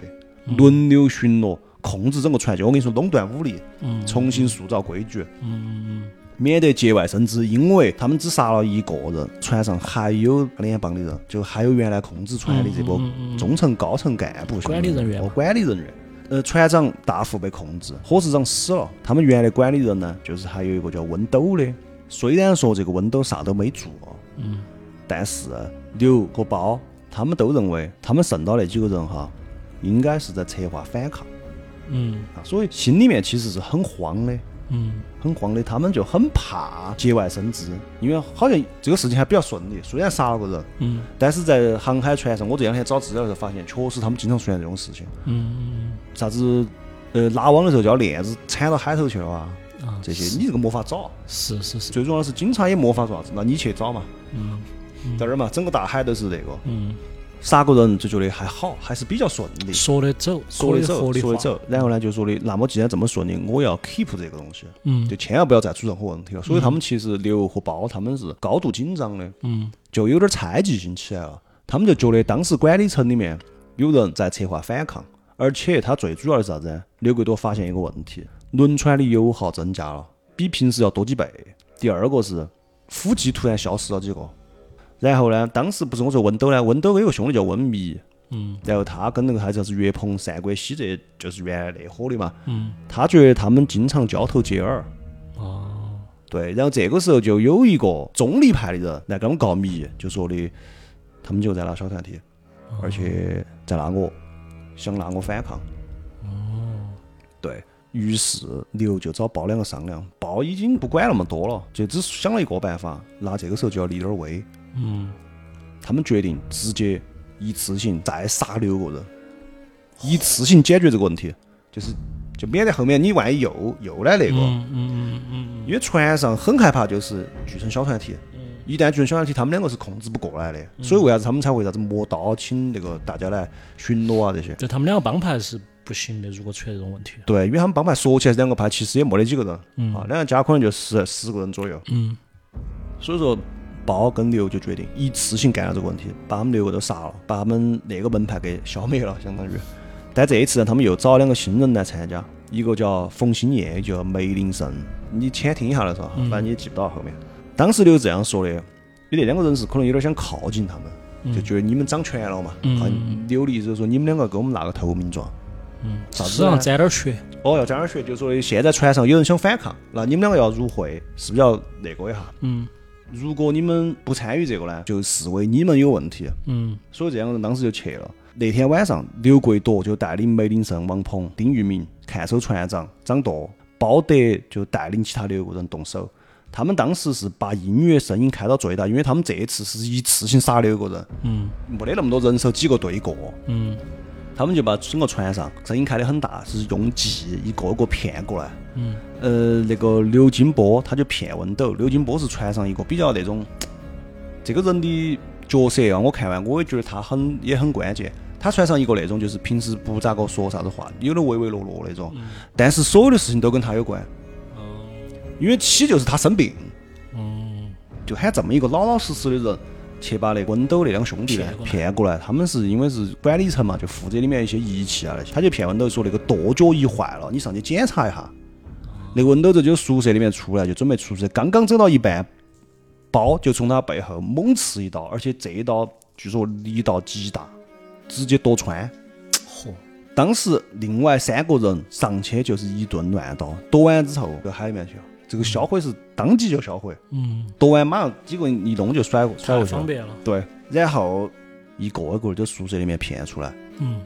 S2: 轮流巡逻，控制整个船。就我跟你说，垄断武力，
S3: 嗯
S2: 重新塑造规矩。
S3: 嗯
S2: 免得节外生枝，因为他们只杀了一个人，船上还有联邦的人，就还有原来控制船的这
S3: 嗯
S2: 波中层、高层干部、
S3: 管理人员
S2: 哦，管理人员。呃，船长大副被控制，火士长死了。他们原来管理人呢，就是还有一个叫温斗的。虽然说这个温斗啥都没做，嗯，但是刘和包他们都认为，他们剩到那几个人哈，应该是在策划反抗
S3: 嗯
S2: 啊，所以心里面其实是很慌的。
S3: 嗯
S2: 很慌的，他们就很怕节外生枝，因为好像这个事情还比较顺利，虽然杀了个人，
S3: 嗯
S2: 但是在航海船上，我这两天找资料的时候发现，确实他们经常出现这种事情，
S3: 嗯
S2: 啥子呃拉网的时候叫链子缠到海头去了啊，
S3: 啊，
S2: 这些你这个没法找，
S3: 是是是，
S2: 最重要的是警察也没法做啥子，那你去找嘛，
S3: 嗯
S2: 在这儿嘛，整个大海都是这个，
S3: 嗯，
S2: 杀个人就觉得还好，还是比较顺利。
S3: 说得走，
S2: 说
S3: 可以
S2: 得走，
S3: 合理
S2: 说得
S3: 化，
S2: 走，然后呢，就说的，那么既然这么顺利，我要 keep 这个东西，啊
S3: 嗯
S2: 就千万不要再出任何问题了。所以他们其实刘和包他们是高度紧张的，
S3: 嗯
S2: 就有点猜忌心起来了。他们就觉得当时管理层里面有人在策划反抗，而且他最主要的是啥子呢？刘贵多发现一个问题，轮船的油耗增加了，比平时要多几倍。第二个是夫妻突然消失了几个。然后呢，当时不是我说温斗呢，温斗有个兄弟叫温密，
S3: 嗯
S2: 然后他跟那个还叫是岳鹏、单国熙这，就是原来那伙的嘛。
S3: 嗯
S2: 他觉得他们经常交头接耳，
S3: 哦，
S2: 对，然后这个时候就有一个中立派的人来跟他们告密，就说的他们就在拉小团体，而且在拉我，想拉我反抗。哦，对于是刘就找包两个商量，包已经不管那么多了，就只想了一个办法，那这个时候就要立点儿威。
S3: 嗯
S2: 他们决定直接一次性再杀六个人，一次性解决这个问题，就是就免得后面你万一又又来那个。
S3: 嗯嗯嗯
S2: 因为船上很害怕就是聚成小团体，一旦聚成小团体，他们两个是控制不过来的，所以为啥子他们才会啥子磨刀，请那个大家来巡逻啊这些
S3: 嗯，？就他们两个帮派是不行的，如果出现这种问题，
S2: 对，因为他们帮派说起来是两个派，其实也没得几个人、
S3: 嗯
S2: 啊，两个加可能就十十个人左右。
S3: 嗯
S2: 所以说，包跟刘就决定一次性干了这个问题，把他们六个都杀了，把他们那个门派给消灭了，相当于。但这一次呢，他们又找两个新人来参加，一个叫冯新叶，一个叫梅林胜。你先听一下来说，
S3: 嗯
S2: 反正你也记不到后面。当时刘这样说的，因为那两个人是可能有点想靠近他
S3: 嗯
S2: 们，就觉得你们掌权了嘛，好像刘的意思就是说你们两个给我们拿个投名状。
S3: 嗯，
S2: 啥子啊
S3: 身上沾点血，
S2: 哦，要这样学，就说的现在船上有人想反抗，那你们两个要入会，是不是要那个一下？
S3: 嗯
S2: 如果你们不参与这个呢，就视为你们有问题。
S3: 嗯
S2: 所以这两个人当时就去了。那天晚上，刘贵夺就带领梅林胜、王鹏、丁玉明、看守船长张舵，包德就带领其他六个人动手。他们当时是把音乐声音开到最大，因为他们这一次是一次性杀六个人，
S3: 嗯
S2: 没得那么多人手，几个对一个。
S3: 嗯
S2: 他们就把整个船上声音开得很大，是用计一个一个骗过来。
S3: 嗯
S2: 呃，那个刘金波他就骗温斗，刘金波是船上一个比较那种，这个人的角色啊，我看完我也觉得他很也很关键。他船上一个那种就是平时不咋个说啥子话，有点唯唯诺诺那种，
S3: 嗯
S2: 但是所有的事情都跟他有关，
S3: 哦
S2: 因为起就是他生病，
S3: 嗯
S2: 就喊这么一个老老实实的人去把那个温斗那两兄弟呢
S3: 骗过来
S2: 骗过来，他们是因为是管理层嘛，就负责里面一些仪器啊那些，他就骗温斗说那个舵脚仪坏了，你上去检查一下。那个温斗就就宿舍里面出来，就准备出去，刚刚走到一半，包就从他背后猛刺一刀，而且这一刀据说力道极大，直接夺穿。
S3: 嚯，
S2: 当时另外三个人上去就是一顿乱刀，夺完之后就海里面去了。这个销毁是当即就销毁，
S3: 嗯，
S2: 夺完马上几个人一弄就甩过甩
S3: 太
S2: 过去
S3: 方
S2: 了。
S3: 便了，
S2: 对，然后一个一个就宿舍里面骗出来，
S3: 嗯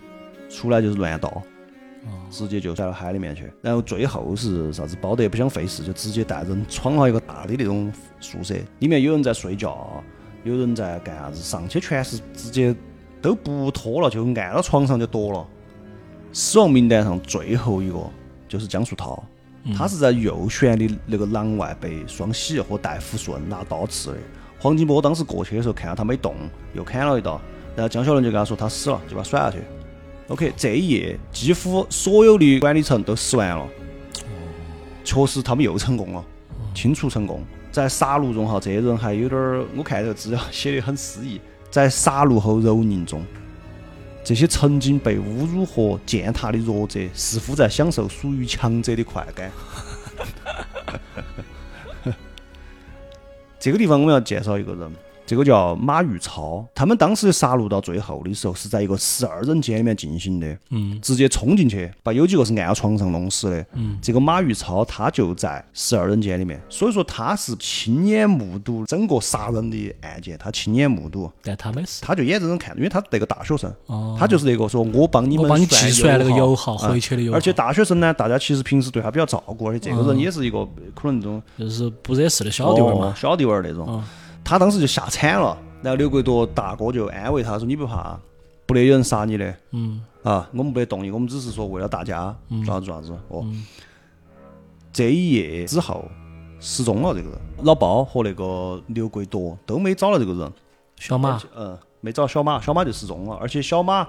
S2: 出来就是乱刀，
S3: 哦
S2: 直接就甩到海里面去。然后最后是啥子包得不想费事，就直接带人闯了一个大的那种宿舍，里面有人在睡觉，有人在干啥子，上去全是直接都不脱了，就按到床上就夺了。死亡名单上最后一个就是江树涛，他是在右旋的那个廊外被双喜和戴福顺拿刀刺的。黄金波当时过去的时候看到他没动，又砍了一刀，然后江小龙就跟他说他死了，就把他甩下去。OK，这一夜几乎所有的管理层都死完了，确实他们又成功了，清除成功。在杀戮中哈，这些人还有点儿，我看这个资料写的很诗意，在杀戮后蹂躏中，这些曾经被侮辱和践踏的弱者，似乎在享受属于强者的快感。 这个地方我们要介绍一个人，这个叫马玉超。他们当时杀戮到最后的时候，是在一个十二人间里面进行的，
S3: 嗯，
S2: 直接冲进去，把有几个是按床上弄死的。
S3: 嗯，
S2: 这个马玉超他就在十二人间里面，所以说他是亲眼目睹整个杀人的案件，他亲眼目睹，
S3: 但他没事。
S2: 他就眼睁睁看，因为他是那个大学生，
S3: 哦，
S2: 他就是那个说我帮你
S3: 我
S2: 们
S3: 帮你计算那个油耗，
S2: 嗯
S3: 回去的油耗，
S2: 而且大学生呢，大家其实平时对他比较照顾，而且这个人也是一个可能那种
S3: 就是不惹事的嗯小弟们
S2: 哦
S3: 嘛。
S2: 小弟娃儿那种
S3: 嗯。
S2: 他当时就吓惨了，然后刘国铎大哥就安慰他说：“你不怕，不得有人杀你的
S3: 嗯
S2: 啊，我们不得动你，我们只是说为了大家啥子啥子哦。”
S3: 嗯
S2: 这一夜之后失踪了，这个人老包和那个刘国铎都没找到这个人，
S3: 小马，
S2: 嗯，没找小马，小马就失踪了，而且小马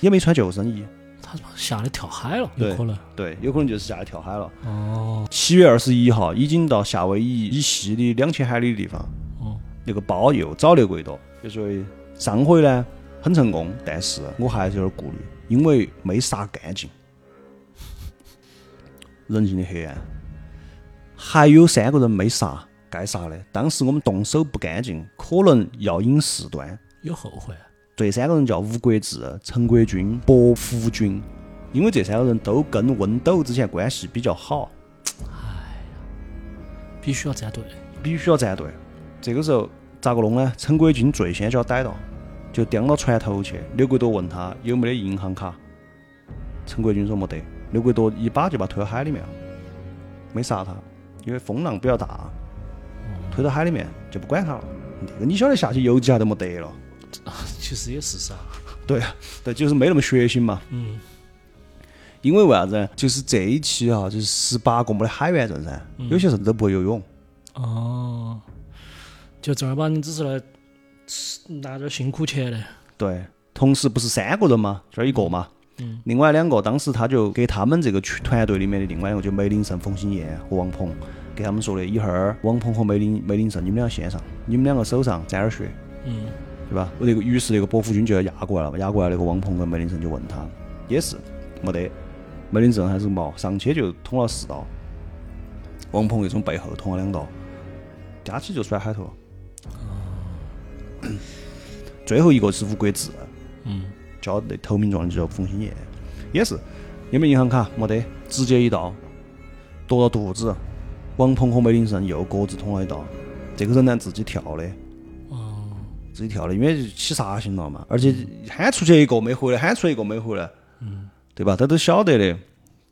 S2: 也没穿救生衣，
S3: 他他妈吓得跳海了，
S2: 对
S3: 有可能。
S2: 对，有可能就是下来跳海了。
S3: 哦，
S2: 七月二十一号，已经到夏威夷以西的两千海里的地方，
S3: 哦，
S2: 那个包又找刘贵多，就说上回呢很成功，但是我还是有点顾虑，因为没杀干净。人性的黑暗，还有三个人没杀，该杀的。当时我们动手不干净，可能要引事端。
S3: 有后悔。
S2: 这三个人叫吴国志、陈国军、薄福军，因为这三个人都跟温斗之前关系比较好，
S3: 必须要站队。
S2: 必须要站队。这个时候咋个弄呢？陈国军最先就要逮到，就叼到船头去。刘国铎问他有没得银行卡，陈国军说没得。刘国铎一把就把他推到海里面了，没杀他，因为风浪比较大，推到海里面就不管他了。那个你晓得下去游几下都没得了，
S3: 其实也是噻。
S2: 对啊对，就是没那么血腥嘛。
S3: 嗯
S2: 因为为啥子呢？就是这一期哈、就是十八个没得海员证噻，有些甚至都不会游泳。
S3: 哦，就正儿八经只是来吃拿点辛苦钱的。
S2: 对，同时不是三个人吗？就是一个嘛。
S3: 嗯
S2: 另外两个当时他就给他们这个群团队里面的另外两个，就梅林胜、冯新燕和王鹏，给他们说的，一会儿王鹏和梅林梅林胜，你们俩先上，你们两个手上沾点血，
S3: 嗯
S2: 对吧？那个于是那个伯福军就要压过来了嘛，压过来那个王鹏跟梅林胜就问他，也是没得，梅林胜还是毛，上去就捅了四刀，王鹏又从背后捅了两刀，加起就甩海头了。最后一个是吴国志，
S3: 嗯，
S2: 交那投名状的就叫冯新艳，也是也没银行卡，没得，直接一刀剁到肚子。王鹏和梅林胜又各自捅了一刀，这个人呢自己跳的，
S3: 哦，嗯
S2: 自己跳的，因为起杀心了嘛，而且喊出去一个没回来，喊出去一个没回来，对吧？他都晓得的，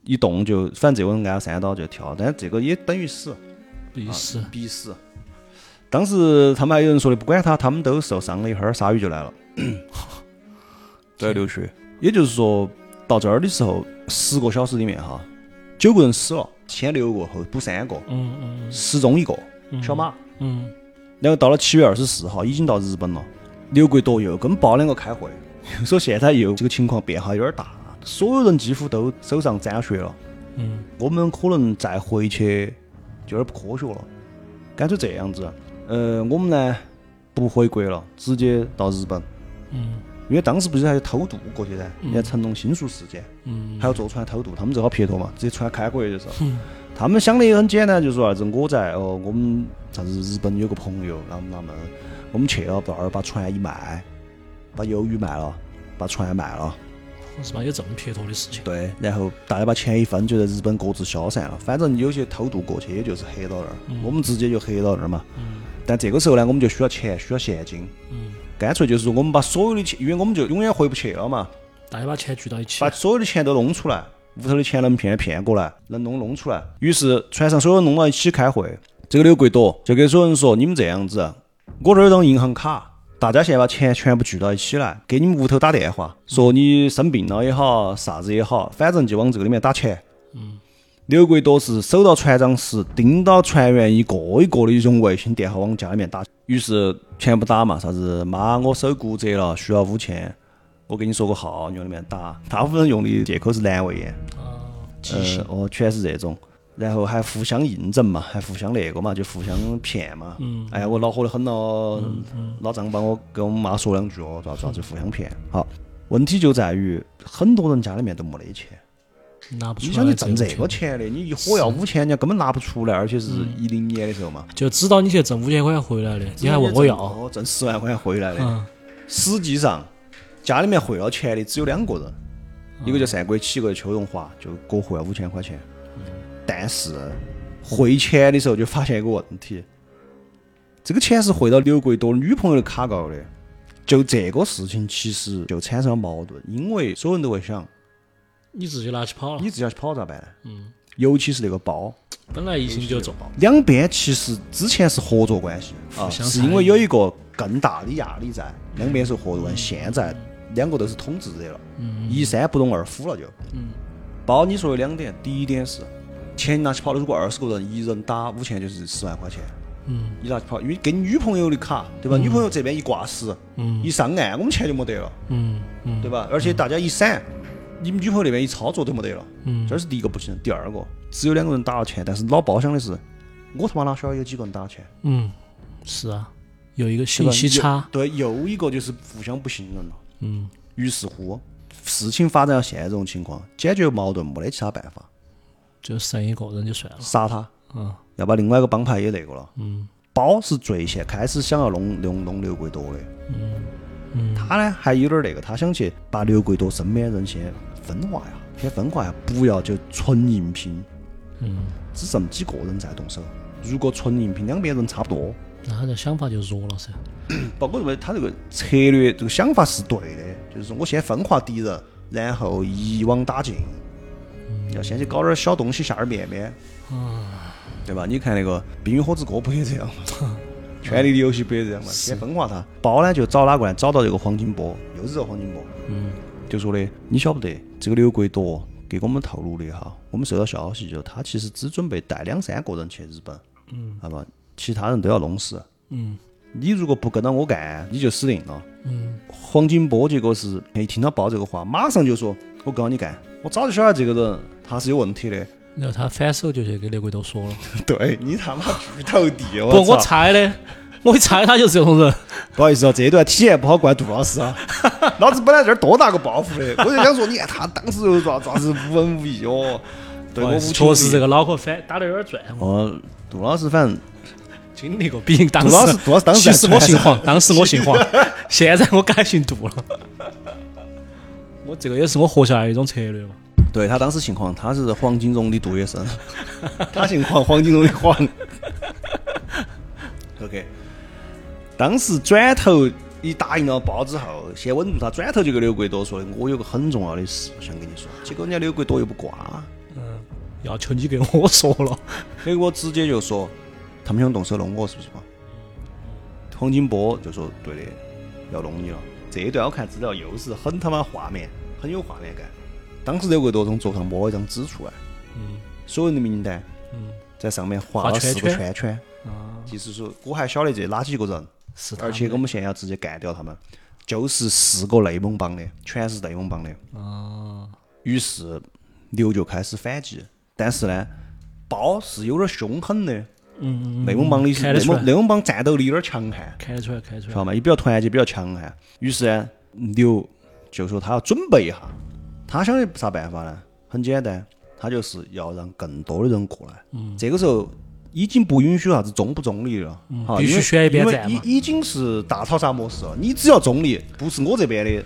S2: 一动就反正这个人挨了三刀就跳，但这个也等于死，啊
S3: 必死。
S2: 必死。当时他们还有人说的，不管他，他们都受伤了一会儿，鲨鱼就来了，都要流血。也就是说，到这儿的时候，十个小时里面哈，九个人死了，先六个，后补三个，
S3: 嗯嗯
S2: 失踪一个，
S3: 嗯
S2: 小马。
S3: 嗯，
S2: 然后到了七月二十四号，已经到日本了。刘国铎又跟包两个开会， 说现在又这个情况变化有点大，所有人几乎都手上沾血了。
S3: 嗯，
S2: 我们可能再回去就有点不科学了，干脆这样子，呃，我们呢不回国了，直接到日本。
S3: 嗯
S2: 因为当时不是还偷渡过去噻，人家成龙新宿事件，
S3: 嗯
S2: 还要坐船偷渡，他们正好撇脱嘛，直接船开过去就是。
S3: 嗯
S2: 他们想的也很简单，就是说啥子，我在哦，我们啥子日本有个朋友，然后他们我们去了到那儿把船一卖，把鱿鱼卖了，把船卖了，
S3: 是吧？有这么撇脱的事情。
S2: 对，然后大家把钱一分，就在日本各自消散了。反正有些偷渡过去，也就是黑到那儿，
S3: 嗯
S2: 我们直接就黑到那儿嘛。但这个时候呢，我们就需要钱，需要现金，
S3: 嗯，
S2: 干脆就是说我们把所有的钱，因为我们就永远回不去了嘛，
S3: 大家把钱聚到一起
S2: 把。所有的钱都弄出来，屋头的钱能骗的骗过来，能弄弄出来。于是船上所有人弄到一起开会，这个刘贵朵就给所有人说：“你们这样子，我这儿有张银行卡，大家现在把钱全部聚到一起来，给你们屋头打电话，说你生病了也好，啥子也好，反正就往这个里面打钱。刘国铎是收到船长室，盯到船员一个一个的用卫星电话往家里面打，于是全部打嘛，啥子妈我手骨折了，需要五千，我给你说个号，你往里面打。大部分人用的借口是阑尾炎，
S3: 啊
S2: 呃，哦，全是这种，然后还互相印证嘛，还互相那个嘛，就互相骗嘛。嗯。哎呀，我恼火得很咯，老丈帮我跟我妈说两句哦，咋咋就互相骗。好，问题就在于很多人家里面都没得钱。
S3: 拿不出
S2: 你
S3: 来。
S2: 想你挣这个，钱的，你一伙要五千，人家根本拿不出来，而且是一零年的时候嘛，
S3: 就知道你去挣五千块回来的，
S2: 嗯
S3: 你还问我要？
S2: 哦，挣十万块钱回来的。
S3: 嗯，
S2: 实际上，家里面汇了钱的只有两个人，
S3: 嗯
S2: 一个叫单国起，一个叫邱荣华，就各汇了五千块钱。
S3: 嗯
S2: 但是汇钱的时候就发现一个问题，这个钱是汇到刘贵多女朋友的卡高的。就这个事情，其实就产生了矛盾，因为所有人都会想，
S3: 哦你自己拿去跑了。
S2: 你自己要去跑咋办呢？嗯，尤其是那个包。
S3: 本来疫情就重，
S2: 两边其实之前是合作关系啊，
S3: 相
S2: 是
S3: 残
S2: 因为有一个更大的压力在，两边是合作关系。现在两个都是统治者了，一山不容二虎了就。包你说有两点，第一点是钱拿去跑，如果二十个人一人打五千就是十万块钱，嗯，你拿去跑，因为跟女朋友的卡对吧？女朋友这边一挂失，嗯，一上岸我们钱就没得了，
S3: 嗯嗯
S2: 对吧？而且大家一闪，你们女朋友那边一操作都没得了。嗯，这是第一个不行。第二个，只有两个人打了钱，但是老包想的是，我他妈哪晓得有几个人打了钱？
S3: 嗯，是啊，有一个
S2: 对吧
S3: 信息差。
S2: 有对，又一个就是互相不信任了。嗯，于是乎，事情发展到现在这种情况，解决矛盾没得其他办法，
S3: 就剩一个人就算了。
S2: 杀他，
S3: 嗯，
S2: 要把另外一个帮派也那个了。嗯，包是最先开始想要弄弄弄刘贵多的。嗯，他呢还有点那个，他想去把刘贵多身边人先分化呀，先分化呀，不要就纯硬拼。
S3: 嗯，
S2: 只剩几个人在动手。如果纯硬拼，两边人差不多，
S3: 那他的想法就弱了噻。
S2: 包括认为他这个策略、这个想法是对的，就是说我先分化敌人，然后一网打尽，要先去搞点小东西下点面面，对吧？你看那个《冰与火之歌》不也这样吗？《权力的游戏》不也这样吗？先分化他，包呢就找哪个呢？找到这个黄金波，又是这个黄金波，
S3: 嗯
S2: 就说的你晓不得这个刘国铎给我们透露的哈，我们收到消息就是他其实只准备带两三个人去日本，嗯，好吧，其他人都要弄死。
S3: 嗯
S2: 你如果不跟到我干，你就死定了。
S3: 嗯
S2: 黄金波结果是一听到报这个话，马上就说：“我告你干，我早就晓得这个人他是有问题的。
S3: 然后他反手就去跟刘贵都说了。
S2: 对 你他妈巨头地，
S3: 不，我
S2: 操！
S3: 猜的， 我一猜他就是这种人。
S2: 不好意思啊，这一段体验不好怪杜老师 啊。老子本来这儿多大个包袱的，我就想说，你看他当时又咋咋是无文无义哦。对我
S3: 不
S2: 无
S3: 好意思
S2: 情无
S3: 确
S2: 义
S3: 实这个脑壳反打得有点转。我
S2: 哦，杜老师反正
S3: 经历过，毕竟当
S2: 杜老师
S3: 时
S2: 杜老师当时
S3: 其实
S2: 在
S3: 我
S2: 船
S3: 姓
S2: 上
S3: 黄，当时我姓 黄，现在我改姓杜了。我这个也是我活下来的一种策略嘛。
S2: 对他当时姓黄，他是黄金荣的杜月笙，他姓黄，黄金荣的黄。OK，当时转头一答应了包之后，先稳住他，转头就跟刘国铎说的：“我有个很重要的事想跟你说。”结果人家刘国铎又不挂，
S3: 要求你给我说了，
S2: 刘国直接就说：“他们想动手弄我，是不是嘛？”黄金波就说：“对的，要弄你了。”这一段我看资料又是很他妈画面，很有画面感。当时刘国铎从桌上摸了一张纸出来。
S3: 嗯
S2: 所有人的名单，
S3: 嗯，
S2: 在上面画了
S3: 画圈
S2: 四个
S3: 圈
S2: 圈圈。
S3: 啊，
S2: 其实说，我还晓得这哪几个人，
S3: 是他
S2: 而且我们现在要直接干掉他们，就是四个内蒙帮的，全是内蒙帮的。
S3: 啊，
S2: 于是刘就开始反击，但是呢，包是有点凶狠的，
S3: 嗯，
S2: 内蒙帮的是
S3: 看得
S2: 内
S3: 出来
S2: 蒙内蒙帮战斗力有点强悍，
S3: 看得出来，看得出
S2: 晓
S3: 来，
S2: 得吗？也比较团结，比较强悍。于是呢，刘就说他要准备一下，他想的啥办法呢？很简单，他就是要让更多的人过来。嗯，这个时候已经不允许啥子中不中立了，哈
S3: 嗯必须
S2: 因为
S3: 选一边
S2: 因为
S3: 站嘛
S2: 已已经是大逃杀模式了。你只要中立，不是我这边的，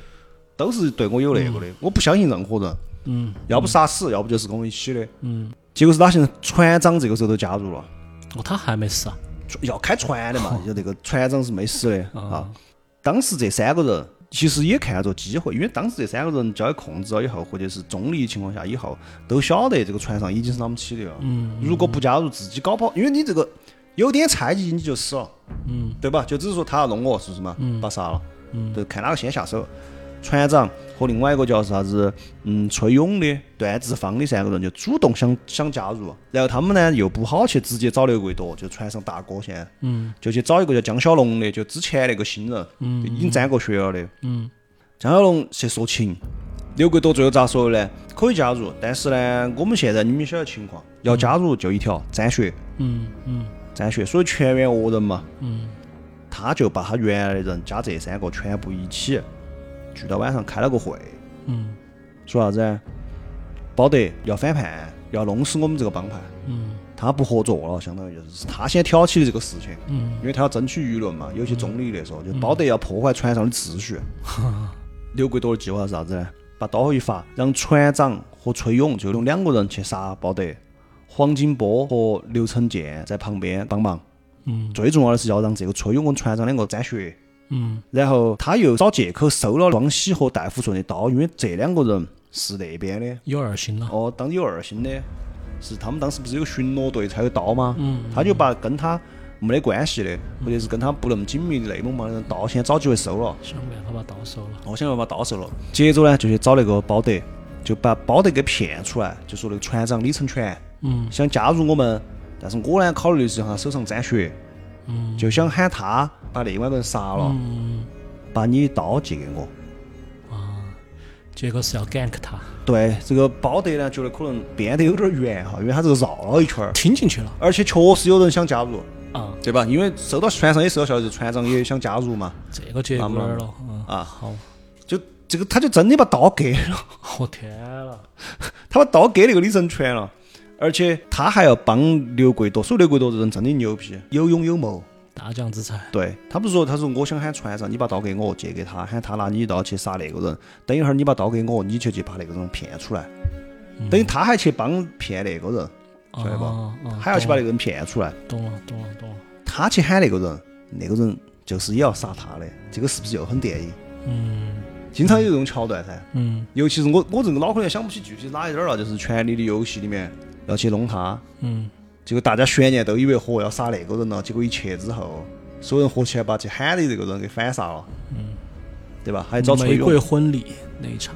S2: 都是对我有那个的，我不相信任何人。
S3: 嗯，
S2: 要不杀死，要不就是跟我一起的。嗯，结果是哪些人？船长这个时候都加入了。
S3: 哦，他还没死啊，
S2: 要开船的嘛，就那个船长是没死的啊。当时这三个人其实也看着机会，因为当时这三个人交给控制了以后，或者是中立情况下以后，都晓得这个船上已经是他们起的了。嗯，如果不加入自己搞不好，因为你这个有点猜忌你就死了，嗯，对吧？就只是说他要弄我，是不是嘛？嗯，把杀了，嗯，就看哪个先下手。船长和另外一个叫啥子，嗯，崔勇的、段志芳的三个人就主动想想加入，然后他们呢又不好去直接找刘贵多，就船上大哥先，嗯，就去找一个叫江小龙的，就之前那个新人，嗯，已经沾过血了的，
S3: 嗯，
S2: 江小龙去说情，刘贵多最后咋说的呢？可以加入，但是呢，我们现在你们晓得情况，要加入就一条沾血，
S3: 嗯嗯
S2: 沾血，所以全员恶人嘛，
S3: 嗯
S2: 他就把他原来的人加这三个全部一起聚到晚上开了个会，
S3: 嗯
S2: 说啥子呢？保德要反叛，要弄死我们这个帮派，
S3: 嗯
S2: 他不合作了，相当于就是是他先挑起的这个事情，
S3: 嗯
S2: 因为他要争取舆论嘛，尤其中立那时候，就保德要破坏船上的秩序。
S3: 嗯
S2: 刘贵多的计划是啥子呢？把刀一发，让船长和崔勇就用两个人去杀保德，黄金波和刘成建在旁边帮忙。
S3: 嗯
S2: 最重要的是要让这个崔勇跟船长两个沾血，
S3: 嗯
S2: 然后他又找借口收了庄喜和戴福顺的刀，因为这两个人是那边的，
S3: 有二心了，
S2: 哦，当有二心的，是他们当时不是有巡逻队才有刀吗？他就把跟他没得关系的，或者是跟他不那么紧密的内蒙帮的人刀先找机会收了，
S3: 想办法把刀收了。
S2: 我想要把刀收了。接着呢，就去找那个保德，就把保德给骗出来，就说那个船长李成全
S3: 嗯
S2: 想加入我们，但是我呢考虑的是让他手上沾血，
S3: 嗯
S2: 就想喊他把另外一个人杀了，
S3: 嗯
S2: 把你的刀借给我。
S3: 啊，结果是要 gank 他，
S2: 对，这个包德呢，觉得可能编得有点远哈，因为他这个绕了一圈儿，
S3: 听进去了
S2: 而且确实有人想加入，
S3: 啊，
S2: 对吧？因为收到船上也收到消息，船长也想加入嘛，
S3: 这个结果儿了，嗯
S2: 啊
S3: 好，
S2: 就这个他就真的把刀给了，
S3: 我天了，
S2: 他把刀给那个李成全了，而且他还要帮刘贵多，所以刘贵多这人真的牛皮，有勇有谋。
S3: 大将之才，
S2: 对他不是说，他说我想喊船上，你把刀给我，借给他，喊他拿你的刀去杀那个人。等一会儿你把刀给我，你就去把那个人骗出来。等于他还去帮骗那个人，
S3: 啊
S2: 晓得吧
S3: 啊
S2: 还要去把那
S3: 懂
S2: 个人骗出来。
S3: 懂了懂了懂了，
S2: 他去喊那个人，那个人就是也要杀他的，这个是不是又很电影？
S3: 嗯
S2: 经常有这种桥段噻。
S3: 嗯
S2: 尤其是我，我这个脑壳也想不起具体哪一点儿了，就是《权力的游戏》里面要去弄他，
S3: 嗯
S2: 结果大家悬念都以为嚯要杀那个人了，结果一去之后，所有人合起来把去喊的这个人给反杀了，
S3: 嗯，
S2: 对吧？还找崔
S3: 玫瑰
S2: 勇，
S3: 婚礼那一场，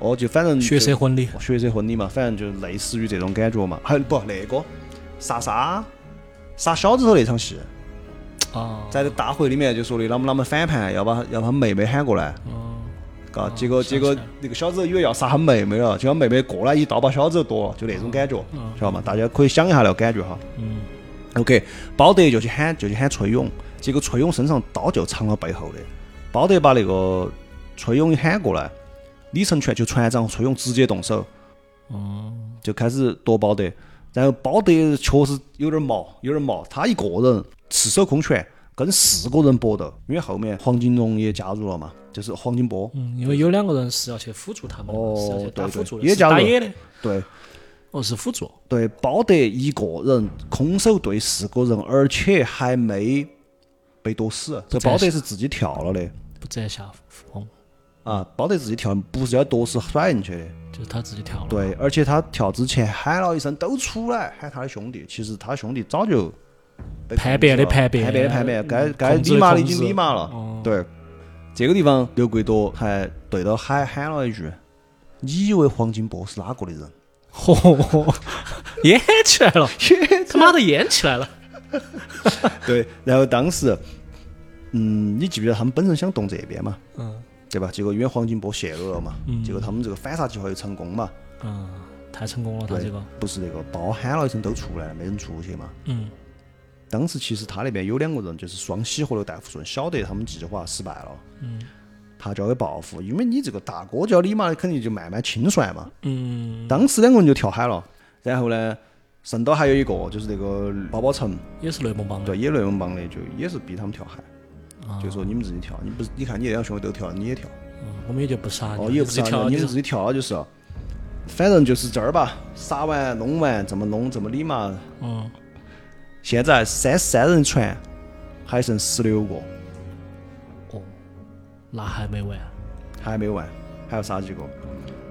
S2: 哦，就反正就哦
S3: 血色婚礼，
S2: 血色婚礼嘛，反正就类似于这种感觉嘛。还有不那个杀沙杀小指头那场戏，
S3: 啊，
S2: 在大会里面就说的他们他们反叛，要把要把他妹妹喊过来，
S3: 嗯
S2: 嘎，
S3: 哦
S2: 啊结果
S3: 想
S2: 结果
S3: 起来了
S2: 那个小子以为要杀他妹妹了，结果妹妹过来一刀把小子夺了，就那种感觉，晓得吗？大家可以想一下那个感觉哈。
S3: 嗯
S2: OK，包德就去喊就去喊崔勇，结果崔勇身上刀就藏到背后的，包德把那个崔勇一喊过来，李成全就船长崔勇直接动手，
S3: 嗯
S2: 就开始夺包德，然后包德确实有点毛，有点毛，他一个人赤手空拳跟四个人搏斗，因为后面黄金荣也加入了嘛，就是黄金波，
S3: 嗯，因为有两个人是要去辅助他们的，
S2: 哦
S3: 是要去打辅助
S2: 对
S3: 的，
S2: 对也
S3: 是打
S2: 加入
S3: 野的，
S2: 对。
S3: 哦是辅助，
S2: 对，包德一个人空手对四个人，而且还没被剁死。这包德是自己跳了的
S3: 不摘下风，
S2: 啊，包德自己跳，不是要剁死甩进去的。
S3: 就是他自己跳了，
S2: 对，而且他跳之前喊了一声“都出来”，喊他的兄弟。其实他兄弟早就被
S3: 叛变的
S2: 控制了
S3: 叛变
S2: 叛变的叛变，
S3: 嗯
S2: 该该
S3: 控制
S2: 理
S3: 的
S2: 麻的已
S3: 控制哦
S2: 经理麻了。对，这个地方刘贵多还对到喊喊了一句：“你以为黄金波是哪个的人？”
S3: 嚯，演起来 了，他妈的演起来了，
S2: 对，然后当时，嗯，你记不记得他们本身想动这边嘛，
S3: 嗯
S2: 对吧？结果因为黄金波泄露了嘛，结果他们这个反杀计划又成功嘛，
S3: 嗯，太成功了他
S2: 对
S3: 这个，，
S2: 不是那个包喊了一声都出来了，没人出去嘛。
S3: 嗯
S2: 当时其实他那边有两个人，就是双喜和刘大富顺，晓得他们计划失败了，
S3: 嗯
S2: 他就要给报复，因为你这个大哥叫你嘛，肯定就慢慢清算嘛。
S3: 嗯，
S2: 当时两个人就跳海了，然后呢，剩到还有一个就是那个包包城，
S3: 也是雷蒙帮的，
S2: 对，也内蒙帮的，就也是逼他们跳海。
S3: 啊
S2: 就说你们自己跳，你不是你看你那两兄弟都跳，你也跳，
S3: 嗯我们也就不杀你，
S2: 哦，也不
S3: 自
S2: 是
S3: 己跳，
S2: 你
S3: 就
S2: 们
S3: 是
S2: 自己跳了就是。反正就是这儿吧，杀完弄完，这么弄这么理嘛。
S3: 嗯
S2: 现在三十三人船还剩十六个，
S3: 哦，那还没完，啊
S2: 还没完，还要杀几个。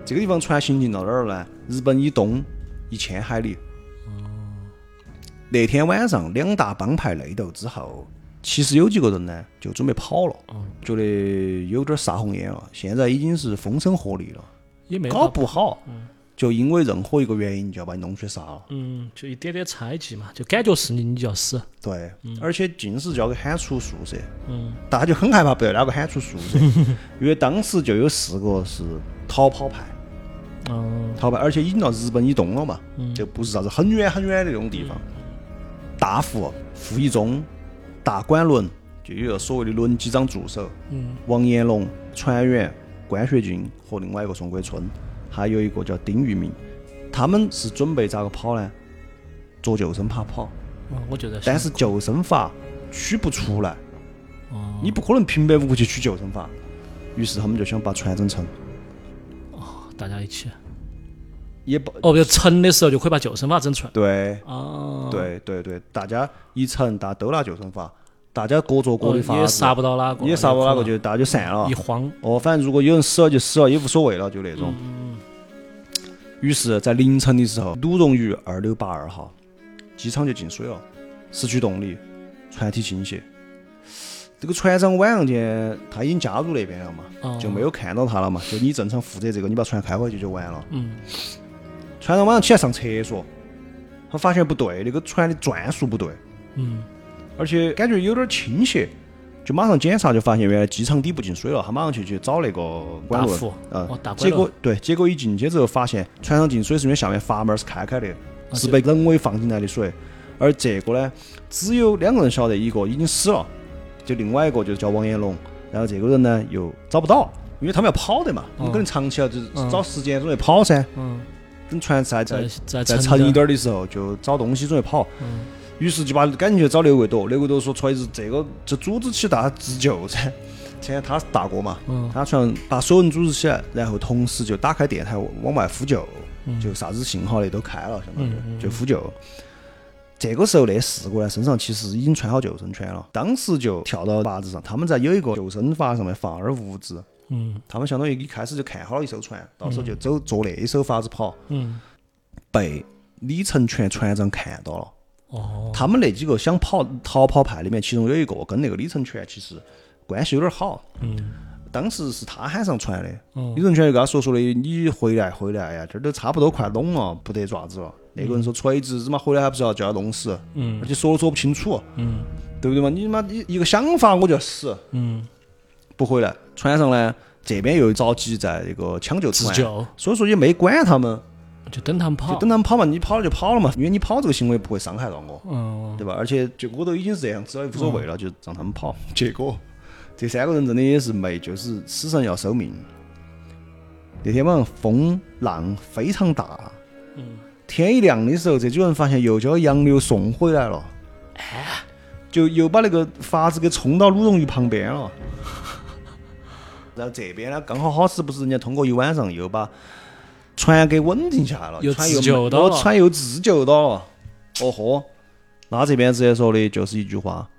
S2: 这个地方船行进到哪儿呢？日本以东一千海里，那天晚上两大帮派内斗之后，其实有几个人呢就准备跑了，觉得有点杀红眼了。现在已经是风声鹤唳了，
S3: 也没
S2: 搞
S3: 到
S2: 不好就因为任何一个原因就要把你弄去杀了。
S3: 嗯，就一点点猜忌嘛，就感觉是你，你就要死。
S2: 对，而且尽是就要给喊出宿舍，
S3: 嗯，
S2: 大家就很害怕被哪个喊出宿舍，因为当时就有四个是逃跑派，
S3: 嗯，
S2: 逃派，而且已经到日本以东了嘛，就不是啥子很远很远的那种地方。
S3: 嗯
S2: 大副、傅一忠、大管轮，就有一个所谓的轮机长助手，
S3: 嗯，
S2: 王延龙、船员、关学进和另外一个宋国春，还有一个叫丁玉明，他们是准备咋个跑呢？坐救生爬跑，
S3: 嗯我就在想
S2: 但，是救生筏取不出来，
S3: 哦
S2: 你不可能平白无故去取救生筏，于是他们就想把船整沉，
S3: 大家一起，
S2: 也不
S3: 哦，就沉的时候就可以把救生筏整出来。
S2: 对，
S3: 哦，
S2: 对对对，大家一层，大家都拿救生筏，大家各做各的
S3: 哦
S2: 法
S3: 也
S2: 子，
S3: 杀不到哪个，
S2: 也杀不哪个，
S3: 有
S2: 就大家就散
S3: 可
S2: 了
S3: 能一。慌，
S2: 哦，反正如果有人死了就死了，也无所谓了，就那
S3: 嗯
S2: 种。于是，在凌晨的时候，鲁荣渝二六八二号机场就进水了，失去动力，船体倾斜。这个船长晚上间他已经加入那边了嘛，
S3: 哦
S2: 就没有看到他了嘛，就你正常负责这个，你把船开回去就完了。
S3: 嗯，
S2: 船长晚上起来上厕所，他发现不对，那个船的转速不对，
S3: 嗯，
S2: 而且感觉有点倾斜，就马上检查就发现原来机场底部进水了，他马上去去找那个管
S3: 大
S2: 路，
S3: 副，
S2: 嗯
S3: 哦，大
S2: 结
S3: 管
S2: 果
S3: 轮，
S2: 对，结果一进去之后发现船上进水是因为下面阀门是开开的，是
S3: 就
S2: 被人为放进来的水，而这个呢，只有两个人晓得，一个已经死了，就另外一个就叫王彦龙，然后这个人呢又找不到，因为他们要跑的嘛，他们可能藏起来就是
S3: 嗯
S2: 找时间准备跑噻，
S3: 嗯，
S2: 等船再再
S3: 在在
S2: 再沉
S3: 沉
S2: 一
S3: 的，
S2: 点儿的时候，就找东西准备跑。
S3: 嗯
S2: 于是就把赶紧去找刘贵多，刘贵多说出来是这个就组织起大家自救噻。现在他是大哥嘛，
S3: 嗯
S2: 他想把所有人组织起来，然后同时就打开电台往外呼救，
S3: 嗯
S2: 就啥子信号的都开了，相当于就呼救。这个时候，那四个人身上其实已经穿好救生圈了，当时就跳到坝子上。他们在有一个救生筏上面放饵物资，
S3: 嗯
S2: 他们相当于一开始就看好了一艘船，到时候就走坐那一艘筏子跑，
S3: 嗯，
S2: 被李成全船长看到了。
S3: 哦，
S2: 他们那几个想跑逃跑派里面，其中有一个跟那个李成全其实关系有点好。
S3: 嗯
S2: 当时是他喊上船的，
S3: 嗯
S2: 李成全就跟他说说的：“你回来，回来呀，这儿都差不多快拢了，不得爪子了。”那个人说：“锤子，日妈回来还不是要就要弄死？
S3: 嗯
S2: 而且说都说不清楚，
S3: 嗯
S2: 对不对嘛？你妈一一个想法我就要死，
S3: 嗯，
S2: 不回来。船上呢，这边又着急在那个抢救
S3: 自
S2: 船，
S3: 救
S2: 所以说也没管他们，
S3: 就等他们
S2: 就
S3: 跑，
S2: 等他们跑嘛，你跑了就跑了嘛，因为你跑这个行为不会伤害到我。
S3: 嗯
S2: 对吧？而且就我都已经是这样子了，也无所谓了，就让他们跑。
S3: 嗯
S2: 结果这三个人真的也是没，就是死神要收命。那天晚上风浪非常大，
S3: 嗯，
S2: 天一亮的时候，这几个人发现又将洋流送回来了，就又把那个筏子给冲到鲁荣鱼旁边了。然后这边呢，刚好好死不死，人家通过一晚上又把船给稳定下来了，
S3: 又
S2: 船
S3: 自救到
S2: 哦
S3: 了
S2: 船又自救到了。哦豁，那这边直接说的就是一句话：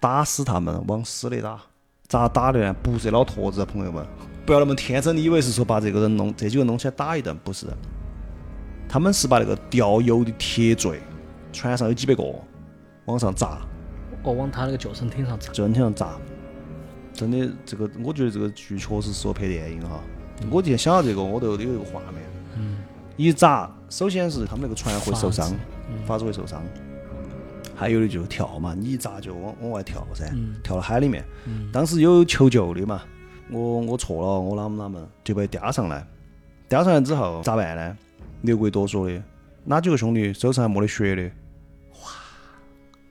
S2: 打死他们，往死里打。咋打的呢？不是老坨子，朋友们，不要那么天真的以为是说把这个人弄这几个人弄起来打一顿，不是。他们是把那个吊油的铁坠，船上有几百个，往上砸，
S3: 哦，往他那个救生艇上砸，
S2: 就很想砸。真的，这个我觉得这个剧确实适合拍电影哈。我今天想到这个，我都有一个画面。嗯。一砸，首先是他们那个船会受伤
S3: 筏子，
S2: 筏子会受伤。还有的就是跳嘛，你一砸就往往外跳噻，跳到海里面。当时有求救的嘛，我我错了，我哪么哪么就被吊上来。吊上来之后咋办呢？刘贵多说的，哪几个兄弟手上还没得血的？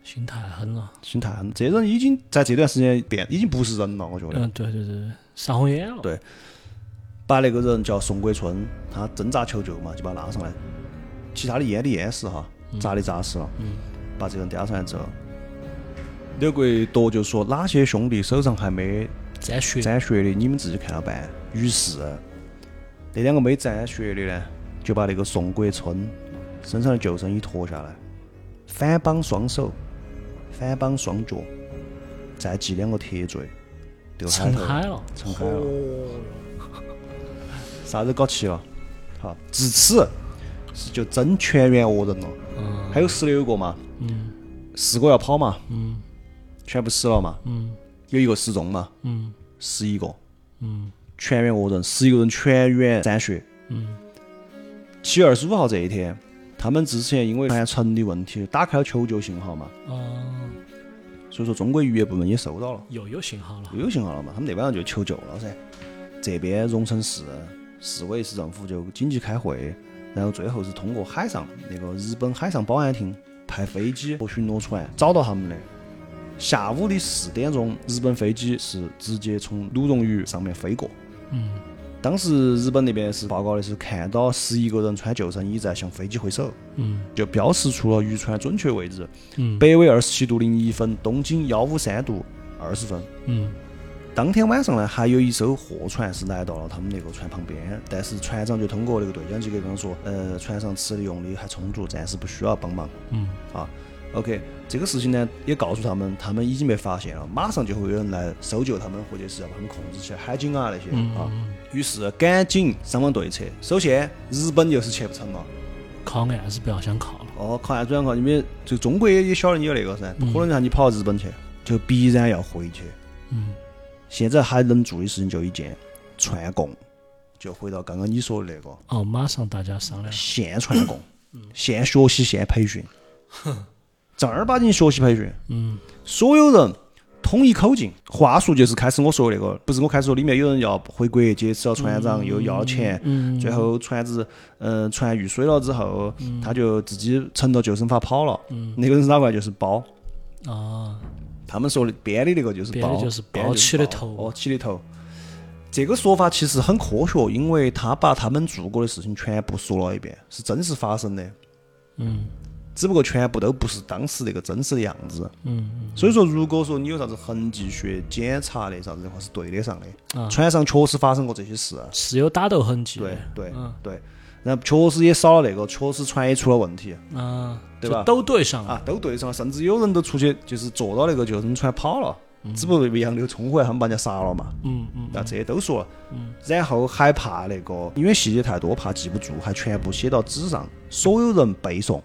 S3: 心太狠了，
S2: 心态很，这人已经在这段时间变，已经不是人了，我觉得。
S3: 嗯，对对对，对杀红眼了，
S2: 对把那个人叫宋国春，他挣扎求救嘛，就把他拉上来，其他的淹的淹死哈，砸的砸死了，把这个人吊上来之后，刘贵多就说哪些兄弟手上还没
S3: 沾血，
S2: 沾血的，你们自己看着办。于是啊那两个没沾血的呢，就把那个宋国春身上的救生衣脱下来，反绑双手，反绑双脚，再系两个铁坠，丢海
S3: 沉
S2: 头。
S3: 海了，
S2: 成海了，哦啥子搞齐了？好，至此是就真全员恶人了。
S3: 嗯。
S2: 还有十六个嘛，
S3: 嗯
S2: 四个要跑嘛，
S3: 嗯
S2: 全部死了嘛，
S3: 嗯
S2: 有一个失踪嘛，
S3: 嗯
S2: 十一个
S3: 嗯
S2: 全员恶人，十一个人全员斩血。
S3: 嗯
S2: 七月二十五号这一天，他们之前因为发现城里问题，打开了求救信号嘛，
S3: 哦，
S2: 所以说中国渔业部门也收到了，
S3: 又有信号了
S2: 又有信号了嘛，他们那晚上就求救了噻。这边荣成市市委市政府就紧急开会，然后最后是通过海上那个日本海上保安厅派飞机和巡逻船找到他们的。下午的四点钟，日本飞机是直接从鲁荣屿上面飞过。
S3: 嗯
S2: 当时日本那边是报告的是看到十一个人穿救生衣在向飞机挥手，
S3: 嗯
S2: 就标识出了渔船准确位置：
S3: 嗯
S2: 北纬二十七度零一分，东经幺五三度二十分。
S3: 嗯
S2: 当天晚上呢，还有一艘货船是来到了他们那个船旁边，但是船长就通过那个对讲机给他们说，呃，船上吃的用的还充足，暂时不需要帮忙
S3: 嗯
S2: 啊。OK，这个事情呢也告诉他们，他们已经被发现了，马上就会有人来搜救他们，或者是要把他们控制起来，海警啊那些、啊。于是赶紧商量对策。首先，日本又是去不成了。
S3: 靠岸是不要想靠了，
S2: 哦，靠岸转靠，因为就中国也也晓得你有那个噻，不可能让你跑到日本去，就必然要回去。
S3: 嗯
S2: 现在还能做的事情就一件，串供，就回到刚刚你说的那个，
S3: 哦，马上大家商量，
S2: 现串供，现学习现培训，正儿八经学习培训，
S3: 嗯
S2: 所有人统一口径。话术就是开始我说的那个，不是我开始说里面有人要回国，劫持了船长，又要了钱，
S3: 嗯
S2: 最后船子，嗯、船遇水了之后，他就自己乘着救生筏跑了。那个人是哪个？就是包。
S3: 嗯啊，
S2: 他们说的编的那个就是
S3: 编的
S2: 包，
S3: 就是
S2: 编
S3: 包起的
S2: 包
S3: 头
S2: 哦，起的头。这个说法其实很科学，因为他把他们做过的事情全部说了一遍，是真实发生的，
S3: 嗯
S2: 只不过全部都不是当时那个真实的样子。
S3: 嗯
S2: 所以说，如果说你有啥子痕迹学检查的啥子的话，是对得上
S3: 啊
S2: 的。船上确实发生过这些事，
S3: 是有打斗痕迹，
S2: 对对
S3: 嗯
S2: 对，然后确实也少了那个，确实船也出了问题。
S3: 啊，
S2: 对
S3: 就
S2: 吧
S3: 都对上了，
S2: 啊，都对上了，甚至有人都出去就是坐到那个救生船跑了，只不过被洋流冲回来，他们把人家杀了嘛。
S3: 嗯嗯
S2: 那这些都说了，然后还怕那个，因为细节太多，怕记不住，还全部写到纸上，所有人背诵。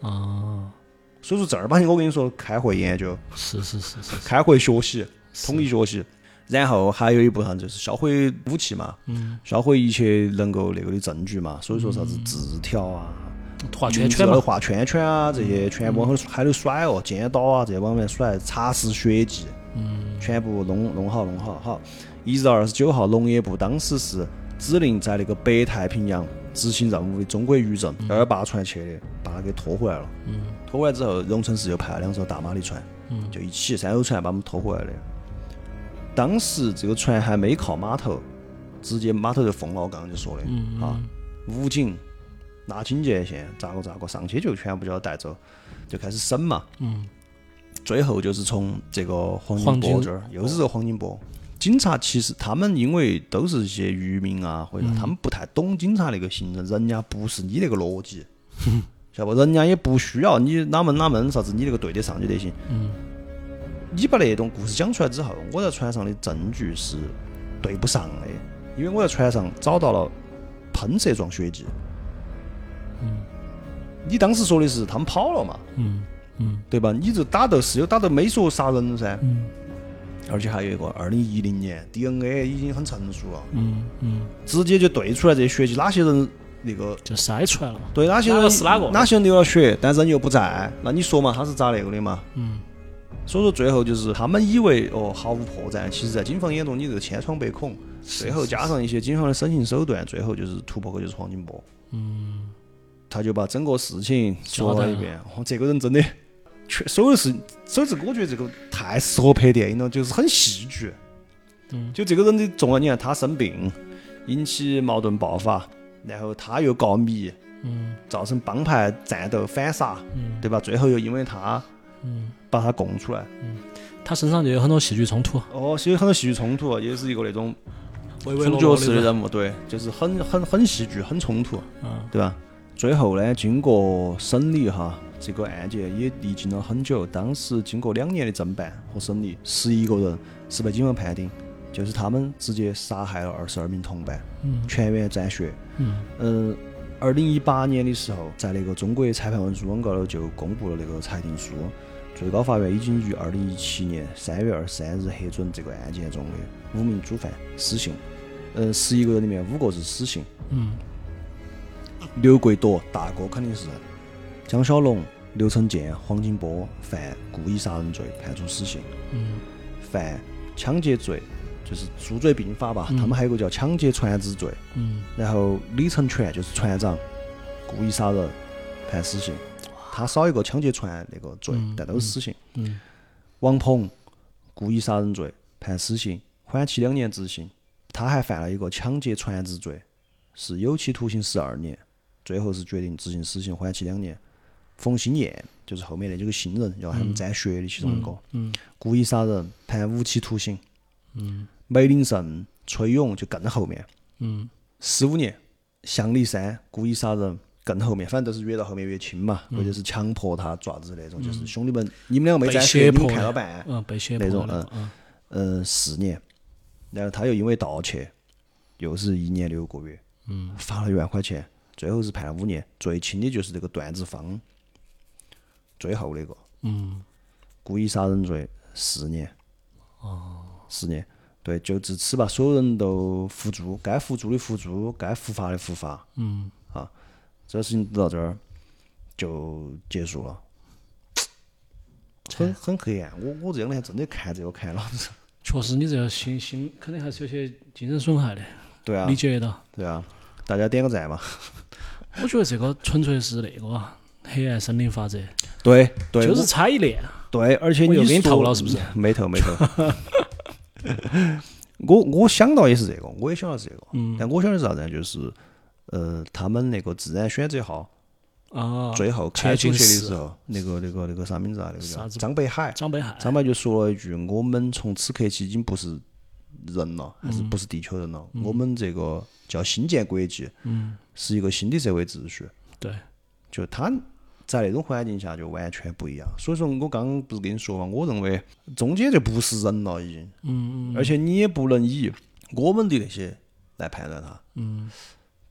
S3: 啊，
S2: 所以说正儿八经，我跟你说，开会研究，
S3: 是是是是，
S2: 开会学习，统一学习。然后还有一部分就是销毁武器嘛，
S3: 嗯，
S2: 销毁一切能够那个的证据嘛。所以说啥子字条啊，
S3: 画圈圈
S2: 用
S3: 嘛嗯
S2: 纸，画圈圈啊，这些全部往海里甩哦，尖刀啊这些往外面甩，擦拭血迹，
S3: 嗯
S2: 全部弄弄好弄好哈。一日二十九号，农业部当时是指令在那个北太平洋执行任务的中国渔政二八船去的，把他给拖回来了。
S3: 嗯
S2: 拖回来之后，荣成市又派了两艘大马力船，
S3: 嗯
S2: 就一起三艘船把我们拖回来的。当时这个船还没靠码头，直接码头就封了。我刚刚就说的、
S3: 嗯
S2: 啊，武警拿警戒线，咋个咋个，上去就全部就要带走，就开始审嘛。
S3: 嗯
S2: 最后就是从这个黄金
S3: 黄
S2: 波
S3: 金
S2: 这儿，又是这个黄金波。警察其实他们因为都是一些渔民啊，或者
S3: 嗯
S2: 他们不太懂警察那个行政，人家不是你那个逻 辑，晓得不？人家也不需要你哪门哪门啥子，你那个对得上就得行。
S3: 嗯
S2: 你把那种故事讲出来之后，我在船上的证据是对不上的，因为我在船上找到了喷射状血迹。
S3: 嗯
S2: 你当时说的是他们跑了嘛，
S3: 嗯嗯
S2: 对吧？你这打斗是有打斗，没说杀人噻。
S3: 嗯
S2: 而且还有一个，二零一零年 DNA 已经很成熟了，
S3: 嗯嗯，
S2: 直接就对出来这些血迹，哪些人那个
S3: 就筛出来了嘛，
S2: 对哪些
S3: 哪
S2: 人
S3: 个是哪个
S2: 哪些人流了血，但人又不在，那你说嘛，他是咋那个的嘛？
S3: 嗯
S2: 所以说最后就是他们以为哦毫无破绽，其实在警方眼中你这个千疮百孔。最后加上一些警方的审讯手段，最后就是突破口就是黄金波，
S3: 嗯
S2: 他就把整个事情说了一
S3: 交代
S2: 遍。哦，这个人真的，全所有事情，所以这个我觉得这个太适合拍电影了，就是很戏剧。
S3: 嗯
S2: 就这个人的重要，你看他生病，引起矛盾爆发，然后他又告密，
S3: 嗯
S2: 造成帮派战斗反杀，
S3: 嗯
S2: 对吧？最后又因为他
S3: 嗯，
S2: 把他供出来，
S3: 他身上就有很多戏剧冲突，
S2: 哦，所以很多戏剧冲突，也是一个那种
S3: 唯唯
S2: 主
S3: 诺诺
S2: 角式的
S3: 那种，
S2: 人物，对，就是很很很戏剧，很冲突，
S3: 嗯
S2: 对吧？最后呢，经过审理哈，这个案件也历经了很久，当时经过两年的侦办和审理，十一个人是被警方判定，就是他们直接杀害了二十二名同伴，
S3: 嗯
S2: 全员斩血。
S3: 嗯
S2: 嗯，二零一八年的时候，在那个中国裁判文书网高头就公布了那个裁定书，最高法院已经于二零一七年三月二十三日核准这个案件中的五名主犯死刑，呃，十一个人里面五个是死刑，
S3: 嗯，
S2: 刘贵铎大哥肯定是江小龙、刘成建、黄金波犯故意杀人罪，判处死刑。
S3: 嗯，
S2: 犯抢劫罪，就是数罪并罚吧。他们还有个叫抢劫船只罪。
S3: 嗯。
S2: 然后李成全就是船长，故意杀人，判死刑。他少一个抢劫船那个罪，但都是死刑。
S3: 嗯
S2: 王鹏故意杀人罪判死刑，缓期两年执行。他还犯了一个抢劫船只罪，是有期徒刑十二年，最后是决定执行死刑，缓期两年。冯新艳就是后面那几个新人要他们沾血的其中一个，
S3: 嗯
S2: 故意杀人判无期徒刑。梅林胜、崔勇就更后面，
S3: 嗯
S2: 十五年。向立山故意杀人更后面，反正都是越到后面越轻嘛，
S3: 嗯
S2: 或者是强迫他爪子那种，就是兄弟们，你们两个没沾血，你
S3: 被胁
S2: 们
S3: 迫
S2: 看老板，
S3: 嗯，被胁
S2: 哦那
S3: 迫
S2: 种
S3: 的嗯
S2: 呃，四年，然后他又因为盗窃，又是一年六个月，嗯，罚了一万块钱，最后是判了五年，最轻的就是这个段志芳，最后那个
S3: 嗯
S2: 故意杀人罪四年，哦，四年，对，就至此吧，所有人都服诛，该服诛的服诛，该服罚的服罚，
S3: 嗯，
S2: 啊，这个事情到这儿就结束了，很很黑暗，我我这两天真的看这个看了，
S3: 确实你这个心心肯定还是有些精神损害的，
S2: 对啊
S3: 理，解得到。
S2: 对啊，大家点个赞 嘛。
S3: 我觉得这个纯粹是那个啊黑暗森林法则，
S2: 对对，
S3: 就是
S2: 我
S3: 猜一练。
S2: 对，而且
S3: 我
S2: 你
S3: 又给你
S2: 说
S3: 透了 是不是？
S2: 没透没透。我我想到也是这个，我也想到这个，
S3: 嗯
S2: 但我想的是啥子呢？就是呃，他们那个自然选择号
S3: 啊，
S2: 最后开出去的
S3: 前进式
S2: 时候，那个那个那个啥名字啊？那个
S3: 啥
S2: 叫
S3: 子哎
S2: 张北海，
S3: 张北海，
S2: 张白就说了一句：“我们从此刻起已经不是人了，
S3: 嗯
S2: 还是不是地球人了？我们这个叫新建国际，
S3: 嗯，
S2: 是一个新的社会秩序。”
S3: 对，
S2: 就他在那种环境下就完全不一样。所以说我刚刚不是跟你说嘛，我认为中间就不是人了已经，
S3: 嗯嗯
S2: 而且你也不能以我们的那些来判断他。
S3: 嗯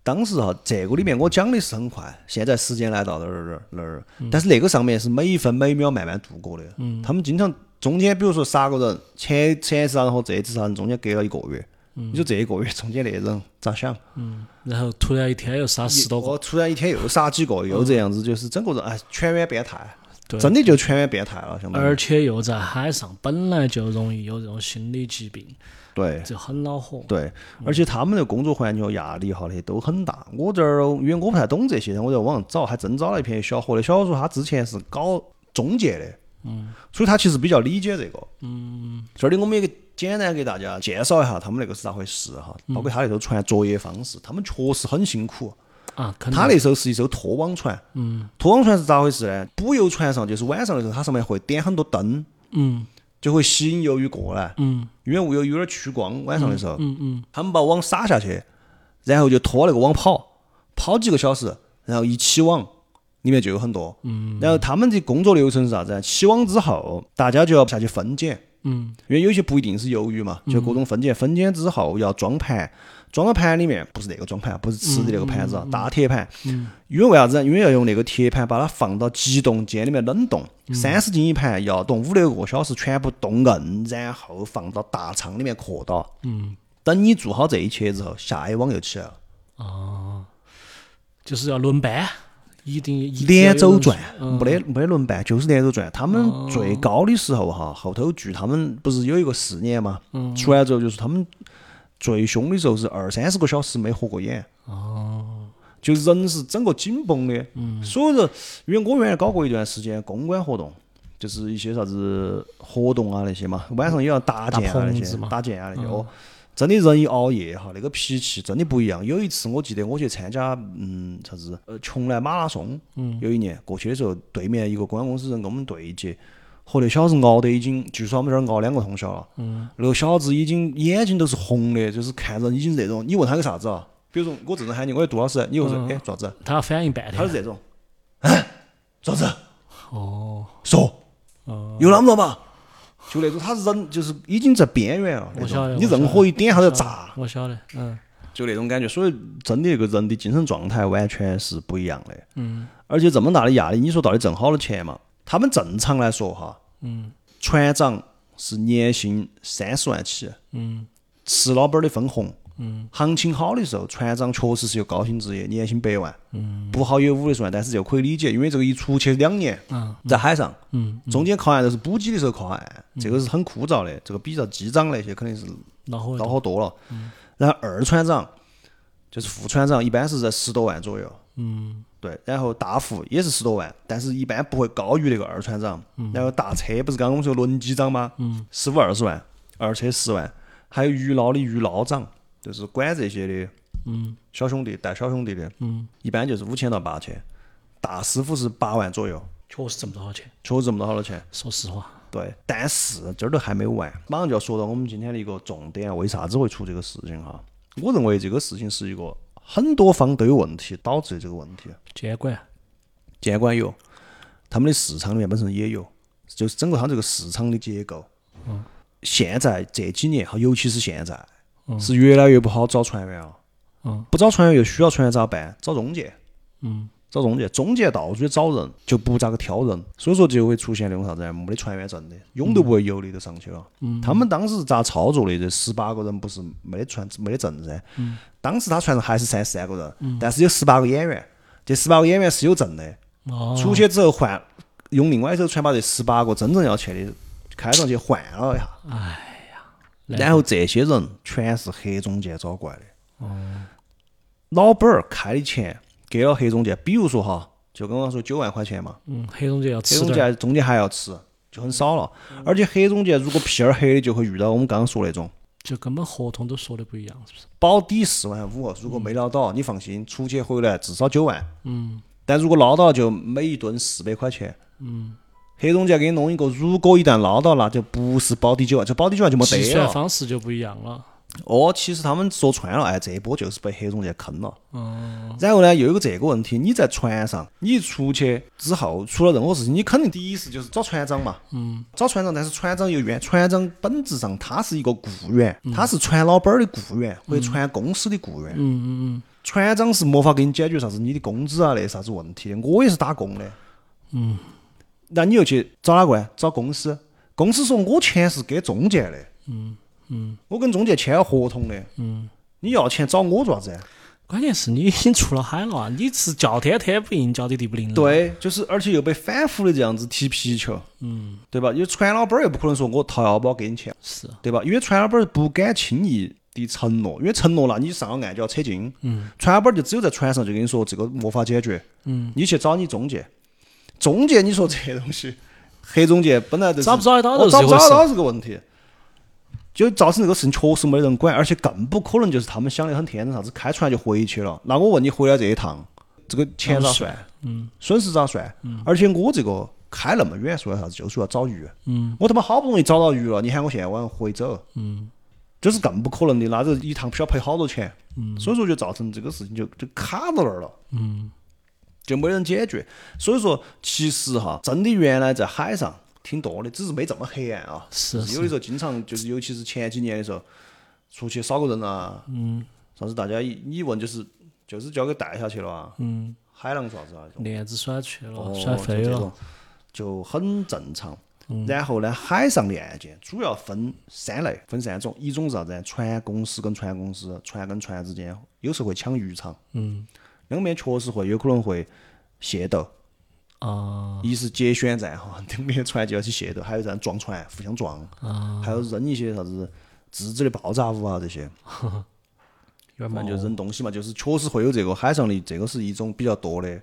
S2: 当时哈，这个里面我讲的是很快，现在时间来到哪儿哪儿哪儿，
S3: 嗯
S2: 但是那个上面是每一分每秒慢慢度过的。他们经常中间，比如说杀个人，前前一次杀人和这一次杀人中间隔了一个月，你说这一个月中间那人咋想？
S3: 嗯，然后突然一天又杀十多个，
S2: 我突然一天又杀几个，又这样子，就是整个人哎，全员变态，
S3: 对
S2: 真的就全员变态了，相当于
S3: 而且又在海上，本来就容易有这种心理疾病，
S2: 对
S3: 这很恼火。
S2: 对，而且他们的工作环境和压力哈那些都很大。我这儿因为我不太懂这些，我在网上找，还真找了一篇小伙的小说，他之前是搞中介的，嗯，所以他其实比较理解这个，嗯。这里我们也给简单给大家介绍一下他们那个是咋回事哈，包括他那艘船作业方式，他们确实很辛苦。
S3: 啊，肯定
S2: 他那艘是一艘拖网船，嗯，拖网船是咋回事呢？捕油船上就是晚上的时候，它上面会点很多灯，
S3: 嗯
S2: 就会吸引鱿鱼过来，
S3: 嗯
S2: 因为鱿鱼有点趋光，晚上的时候，
S3: 嗯嗯，
S2: 他们把网撒下去，然后就拖那个网跑，跑几个小时，然后一起网，里面就有很多。嗯。然后他们的工作流程是啥子啊？起网之后，大家就要下去分拣，
S3: 嗯，
S2: 因为有些不一定是鱿鱼嘛，就各种分拣。分拣之后要装盘，装到盘里面不是那个装盘，不是吃的那个盘子啊，大铁盘。嗯。因为为啥子啊？因为要用那个铁盘把它放到急冻间里面冷冻，三十斤一盘，要冻五六个小时，全部冻硬，然后放到大仓里面扩到。等你做好这一切之后，下一网又起来了，
S3: 就是要轮班，一定一定要有
S2: 连
S3: 人
S2: 轴转，
S3: 嗯
S2: 没得没得轮班，就是连轴
S3: 哦
S2: 转。他们最高的时候哈，后头据他们不是有一个四年嘛，
S3: 嗯
S2: 出来之后就是他们最凶的时候是二三十个小时没合过眼。
S3: 哦
S2: 就人是整个紧绷的，
S3: 嗯
S2: 所有人，因为我原来搞过一段时间公关活动，就是一些啥子活动啊那些嘛，晚上也要搭建啊
S3: 搭
S2: 那
S3: 棚
S2: 些
S3: 子嘛，嗯
S2: 搭建啊那些哦，真的人一熬夜哈，那个脾气真的不一样。有一次我记得我去参加嗯啥子呃邛崃马拉松，
S3: 嗯
S2: 有一年过去的时候，对面一个公关公司人跟我们对接。和那小子熬得已经，据说我们这儿熬两个通宵了。嗯，那个小子已经眼睛都是红的，就是看人已经是那种。你问他个啥子啊？比如说我正在喊你，我说杜老师，你又说
S3: 嗯
S2: 哎咋子？
S3: 他要反应半
S2: 他
S3: 天
S2: 是。这种，哎，咋子？
S3: 哦，
S2: 说，有那么多嘛？就那种，他人就是已经在边缘了，那
S3: 我晓
S2: 种
S3: 得
S2: 你
S3: 我晓得
S2: 任何一点他都要炸，
S3: 我晓得，嗯，
S2: 就那种感觉。所以，真的那个人的精神状态完全是不一样的。
S3: 嗯
S2: 而且这么大的压力，你说到底挣好了钱嘛？他们正常来说哈，
S3: 嗯
S2: 船长是年薪三十万起，
S3: 嗯
S2: 吃老板儿的分红。
S3: 嗯，
S2: 行情好的时候，船长确实是有高薪职业，年薪百万。嗯，不好有五六十万，但是这个可以理解，因为这个一出去两年，
S3: 啊
S2: 在海上，
S3: 嗯，
S2: 中间靠岸都是补给的时候靠岸，这个是很枯燥的。这个比较机长那些肯定是
S3: 恼火
S2: 高好多了。
S3: 嗯
S2: 然后二船长就是副船长，一般是在十多万左右。
S3: 嗯
S2: 对，然后大副也是十多万，但是一般不会高于那个二船长。然后大车不是刚刚我们说轮机长吗？
S3: 嗯，
S2: 十五二十万，二车十万，还有渔捞的渔捞长，就是管这些的
S3: 嗯
S2: 小兄弟带小兄弟的，
S3: 嗯，
S2: 一般就是五千到八千。大师傅是八万左右，
S3: 确实挣不到好钱，
S2: 确实挣不到好多钱。
S3: 说实话，
S2: 对，但是这儿都还没有完，马上就要说到我们今天的一个重点，为啥子会出这个事情哈？我认为这个事情是一个很多方都有问题导致的这个问题。
S3: 监管，
S2: 监管有，他们的市场里面本身也有，就是整个它这个市场的结构。
S3: 嗯。
S2: 现在这几年，尤其是现在，
S3: 嗯
S2: 是越来越不好找船员了。
S3: 嗯
S2: 不找船员又需要船员咋办？找中介，
S3: 嗯
S2: 找中介，中介到处去找人，就不咋个挑人，所以说就会出现那种啥子呢？没得船员证的，永都不会有的都上去了。
S3: 嗯
S2: 他们当时咋操作的？这十八个人不是没得船没得证噻？
S3: 嗯
S2: 当时他船上还是三十三个人，但是有十八个演员，这十八个演员是有证的。
S3: 哦，
S2: 出去之后换，用另外一艘船把这十八个真正要去的开上去换了一下，
S3: 哎来
S2: 然后这些人全是黑中介找过来的。
S3: 哦
S2: 老板儿开的钱给了黑中介，比如说哈，就跟我说九万块钱嘛，
S3: 嗯，黑中介要
S2: 黑
S3: 吃
S2: 中
S3: 点儿，
S2: 介中间还要吃，就很少了。
S3: 嗯
S2: 而且黑中介如果屁儿黑的，就会遇到我们刚刚说那种。
S3: 就根本合同都说的不一样，是不是？
S2: 保底四万五，如果没捞到，你放心，出去回来至少九万。
S3: 嗯
S2: 但如果捞到，就每一吨四百块钱。
S3: 嗯，
S2: 黑中介给你弄一个，如果一旦捞到了，就不是保底九万，就保底九万就没
S3: 计
S2: 得
S3: 算
S2: 了。
S3: 方式就不一样了。
S2: 哦，其实他们说穿了，哎，这一波就是被黑中介坑了。
S3: 嗯
S2: 然后呢，又有个这个问题，你在船上，你一出去之后，出了任何事情，你肯定第一是就是找船长嘛，
S3: 嗯
S2: 找船长，但是船长又冤，船长本质上他是一个雇员，他是船老板儿的雇员，或者船公司的雇员。
S3: 嗯嗯
S2: 船长是没法给你解决啥子你的工资啊那啥子问题的，我也是打工的。
S3: 嗯，
S2: 那你又去找哪个呀？找公司，公司说我钱是给中介的，
S3: 嗯嗯
S2: 我跟中介签了合同的，
S3: 嗯。
S2: 你要钱找我做啥子呀？
S3: 关键是你已经出了海了啊，你是叫天天不应，叫地地不灵了。，
S2: 对，就是而且又被反复的这样子踢皮球，
S3: 嗯，
S2: 对吧？因为船老板儿又不可能说我掏腰包给你钱，
S3: 是，
S2: 对吧？因为船老板儿不敢轻易的承诺，因为承诺了你上了岸就要扯筋。
S3: 嗯
S2: 船老板儿就只有在船上就跟你说这个没法解决，
S3: 嗯，
S2: 你去找你中介，中介你说这东西，黑中介本来就是
S3: 找不找得到
S2: 我
S3: 都是
S2: 找
S3: 一
S2: 不
S3: 回
S2: 找得
S3: 事。
S2: 到是个问题，就造成这个事情确实没人管，而且更不可能就是他们想的很天真，啥子开船就回去了。那我问你，回来这一趟，这个钱咋算？
S3: 嗯
S2: 损失咋算？而且我这个开那么远，说啥子就是要找鱼，
S3: 嗯
S2: 我他妈好不容易找到鱼了，你喊我现在晚上回走，
S3: 嗯
S2: 这是更不可能的。那这一趟需要赔好多钱，所以说就造成这个事情就就卡到那儿了。
S3: 嗯
S2: 就没人解决。所以说，其实哈，真的原来在海上挺多的，只是没这么黑暗啊。
S3: 是
S2: 就是有的时候经常就是，尤其是前几年的时候，出去少个人啊，
S3: 嗯
S2: 上次大家一一问就是就是交给带下去了啊，
S3: 嗯，
S2: 海浪啥子啊，
S3: 链子甩去了，
S2: 哦，
S3: 甩飞
S2: 就这
S3: 了
S2: 种。，就很正常。然后呢，海上的案件主要分三类，分三种，一种是啥子呢？船公司跟船公司，船跟船之间有时候会抢渔场，
S3: 嗯
S2: 两边确实会有可能会械斗，
S3: 啊
S2: 一是接舷战 哈，两边船就要去械斗，还有这样撞船，互相撞，
S3: 啊，
S2: 还有扔一些啥子自制的爆炸物啊这 些，
S3: 原
S2: 反正就扔东西嘛，就是确实会有这个海上的这个是一种比较多的。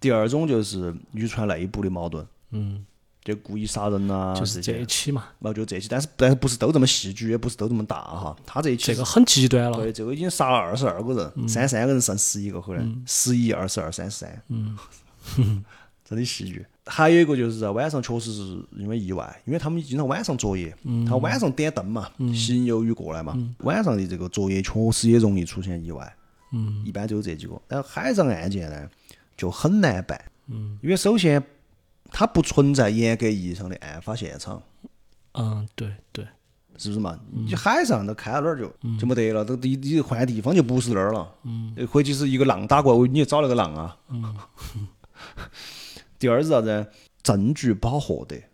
S2: 第二种就是渔船内部的矛盾，
S3: 嗯，
S2: 就故意杀人啊
S3: 就是这
S2: 些
S3: 一，期嘛，
S2: 然后就这些，但是但是不是都这么戏剧，也不是都这么大哈，他这一期
S3: 这个很极端了。
S2: 对，这个已经杀了二十二个人，三十三个人剩十一个回来，十一、二十二、三十三，嗯， 真的戏剧。还有一个就是在晚上，确实是因为意外，因为他们经常晚上作业，他晚上点灯嘛，吸引鱿鱼过来嘛，晚上的这个作业确实也容易出现意外，
S3: 嗯，
S2: 一般就是这几个。然后海上案件呢就很难办，嗯，因为首先它不存在严格意义上的案发现场，
S3: 嗯，对对，
S2: 是不是嘛？你海上都开到那儿就就没得了，都地你换地方就不是那儿了。嗯，回去是一个浪打过来，你就找那个浪啊。嗯。 第二是啥子？证据不好获得，因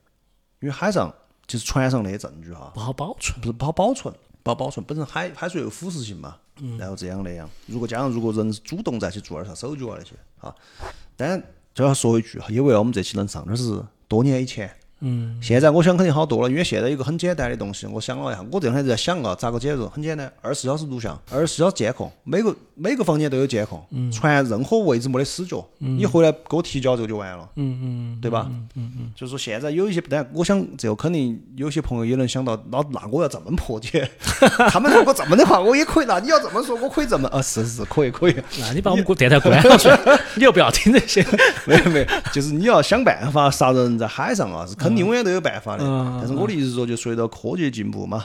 S2: 为海上就是船上那些证据哈，
S3: 不好保存。
S2: 不是不好保存，不好保存。本身海海水有腐蚀性嘛，
S3: 嗯
S2: 然后这样那样。如果加上如果人主动再去做点啥手脚啊那些啊，当然就要说一句，也为了我们这期能上，这是多年以前。嗯，现在我想肯定好多了，因为现在有个很简单的东西，我想了一下，我这两天在想啊，咋个解决？很简单，二十四小时录像，二十四小时监控，每个每个房间都有监控，
S3: 嗯
S2: 船任何位置没得死角，你回来给我提交这个就完了。
S3: 嗯嗯，
S2: 对吧？嗯嗯就是说现在有一些，但我想这个肯定有些朋友也能想到，那那我要这么破解， 他们如果这么的话，我也可以。那你要这么说，我可以这么，呃、是是可以可以，
S3: 那你把我们电台关了去， 你又不要听这些。
S2: 没有没有，就是你要想办法杀人在海上啊，是肯定永远都有办法的。但是我的意思是说，就随着科技进步嘛，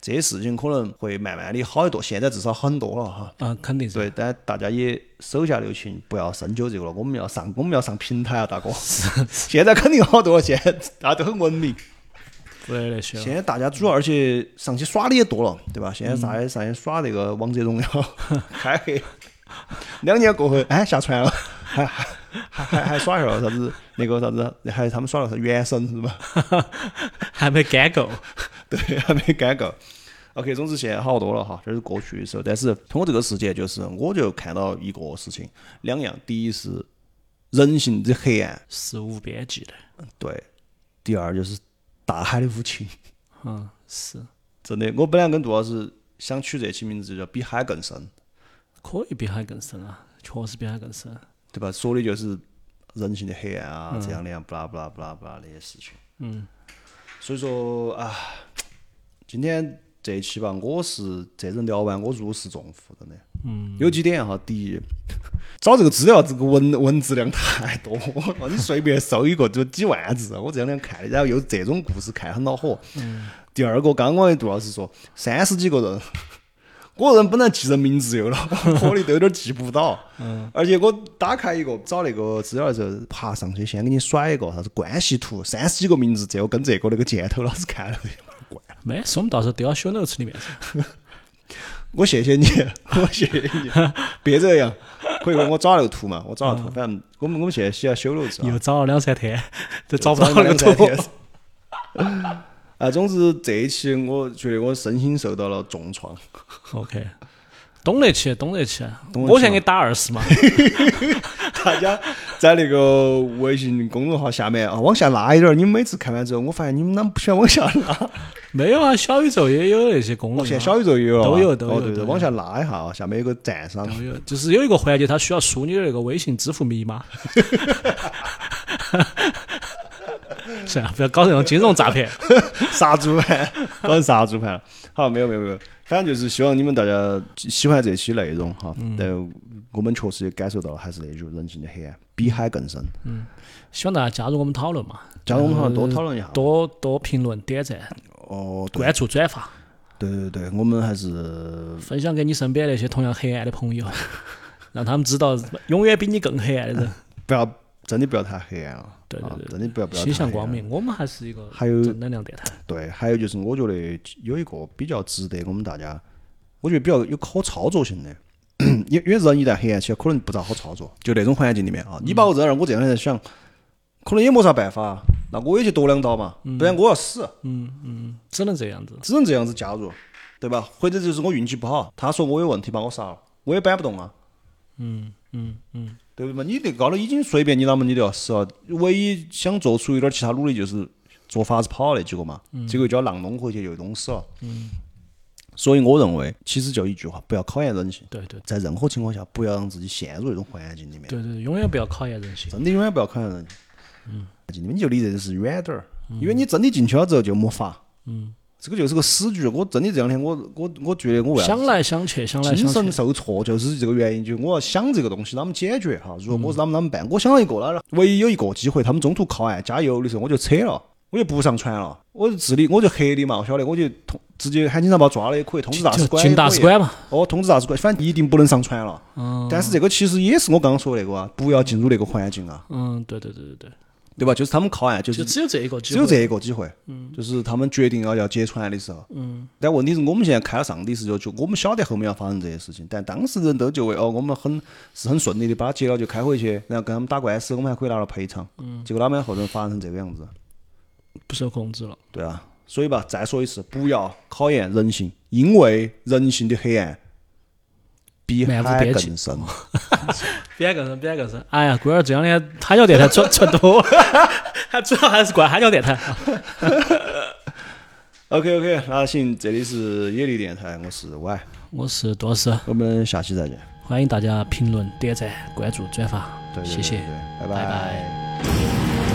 S2: 这些事情可能会慢慢的好得多，现在至少好很多了哈。
S3: 嗯，肯定是。
S2: 对，但大家也手下留情，不要深究这个了。我们要上，我们要上平台啊，大哥。 现在肯定好多了，现在大家都很文明。
S3: 不得那些了。
S2: 现在大家主要而且上去耍的也多了，对吧？现在上去上去耍那个王者荣耀，开黑，两年过后，哎，下船了，还还还还还耍一下啥子那个啥子，还他们耍了啥原神是吧？
S3: 还没干够。
S2: 对，还没干够。OK，总之现在好多了哈，这是过去的时候。但是通过这个事件，就是我就看到一个事情，两样，第一是人性的黑暗，
S3: 是无边际的。
S2: 对；第二就是大海的无情。
S3: 嗯，是
S2: 真的，我本来跟杜老师想取这期名字叫“比海更深
S3: 可以比海更深啊，确实比海更深。”，
S2: 对吧？说的就是人性的黑暗啊，这样那样，不啦不啦不啦不啦那些事情。
S3: 嗯，
S2: 所以说啊，今天这一期吧，我是这人聊完，我如释重负，真的。嗯，有几点哈，第一，找这个资料这个文文字量太多了，你随便搜一个就几万字，我这两天看的，然后又这种故事看得很恼火。嗯。第二个，刚刚的杜老师说三十几个人，我人本来记人名字有了， 火力都有点记不到。嗯。而且我打开一个找那个资料的时候，爬上去先给你甩一个啥子关系图，三十几个名字，这个跟这个那个箭头老师看了。 怪
S3: 没事，我们到时候丢到 show notes 里面去。
S2: 我谢谢你， 我谢谢 你，别这样。可以，我找那个图嘛，我找那
S3: 嗯
S2: 个图，反正我们我们现在写修路子啊
S3: 又找了两三天， 都找不
S2: 找
S3: 到
S2: 了
S3: 那
S2: 两
S3: 个
S2: 三
S3: 图
S2: 天。 啊，总之这一期我觉得我身心受到了重创。
S3: OK，懂得起，懂得起。
S2: 懂得起
S3: 啊我现在给你打二十嘛。
S2: 大家在那个微信公众号下面啊，往下拉一点儿。你们每次看完之后，我发现你们啷不喜欢往下 拉？
S3: 没有啊，小宇宙也有那些功能啊。
S2: 哦，现在小宇宙也有了啊，
S3: 都有都有
S2: 哦，对
S3: 都
S2: 对，
S3: 有
S2: 往下拉一下啊，下面有个赞赏。
S3: 都有，就是有一个环节，它需要输你的那个微信支付密码。 算啊了，不要搞这种金融诈骗。
S2: 杀猪盘，搞成杀猪盘 了。好，没有没有没有，反正就是希望你们大家喜欢这期内容哈。
S3: 嗯
S2: 但我们确实也感受到了，还是那句人性的黑暗，比海更深。
S3: 希望大家加入我们讨论嘛，
S2: 加入我们好像多讨论一下。
S3: 多多评论、点赞、
S2: 哦，对
S3: 关注、转发，
S2: 对对对，我们还是
S3: 分享给你身边那些同样黑暗的朋友，让他们知道永远比你更黑暗的人。
S2: 不要真的不要太黑暗了。
S3: 对对
S2: 啊
S3: 对
S2: 真的不要不要太
S3: 心向
S2: 黑暗
S3: 光。明，我们还是一个
S2: 还有
S3: 正能量电台。
S2: 对，还有就是我觉得有一个比较值得我们大家，我觉得比较有可操作性的。 因因为人一旦黑暗起来，可能不咋好操作，就那种环境里面啊，你把我扔那儿，我这两天在想，可能也没啥办法，那我也去剁两刀嘛，不然我要死，
S3: 只能这样子。
S2: 只能这样子加入，对吧？或者就是我运气不好，他说我有问题把我杀了，我也搬不动啊，嗯嗯嗯，对不对嘛？你那高头已经随便你啷么你都要死了，唯一想做出一点其他努力就是做法子跑那几个嘛，结果就要浪弄回去又弄死了，嗯，所以我认为其实就一句话，不要考验人性。
S3: 对对
S2: 在任何情况下，不要让自己陷入那种环境里面。
S3: 对对，永远不要考验人性。
S2: 真的永远不要考验人。嗯，你们就离这件事远点儿，因为你真的进去了之后就没法。嗯，这个就是个死局。我真的这两天，我我我觉得我为啥
S3: 想来想去，想来
S2: 精
S3: 想
S2: 神
S3: 去，
S2: 受挫，就是这个原因，就我要想这个东西啷么解决哈。如果我是啷么啷么办，我想到一个了，唯一有一个机会，他们中途靠岸加油的时候，我就扯了。我就不上船了，我就自力，我就黑的嘛，我晓得，我就通直接喊警察把我抓了也可以，通知大使
S3: 就
S2: 馆也可以，
S3: 进大使馆嘛。
S2: 哦，通知大使馆，反正一定不能上船了。
S3: 嗯
S2: 但是这个其实也是我刚刚说的那个啊，不要进入那个环境啊。
S3: 嗯，对对对对对，
S2: 对吧？就是他们靠岸，就
S3: 就是只有这一个机
S2: 只
S3: 会，
S2: 有这一个机会，嗯，就是他们决定要要揭穿的时候，嗯。但问题是我们现在开了上帝视角，就我们晓得后面要发生这些事情，但当事人都就为哦，我们很是很顺利的把它结了，就开回去，然后跟他们打官司，我们还可以拿到赔偿，嗯。结果他们后头发展成这个样子，
S3: 不受控制了。
S2: 对啊。所以吧，再说一次，不要考验人性，因为人性的黑暗比
S3: 漫无
S2: 海
S3: 边际
S2: 更深。
S3: 别个人，别个人，哎呀，龟儿这两天海角电台转转多了，还主要还是怪海角电台。
S2: OK OK，那行，这里是野地电台，我是 Y，
S3: 我是多士，
S2: 我们下期再见。
S3: 欢迎大家评论、点赞、关注、转发，
S2: 对对
S3: 谢
S2: 对
S3: 谢
S2: 对，拜
S3: 拜
S2: 拜
S3: 拜。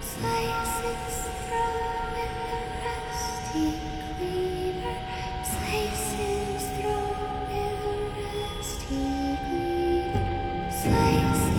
S1: Slices thrown with a rusty cleaver. Slices thrown with a rusty cleaver. Slices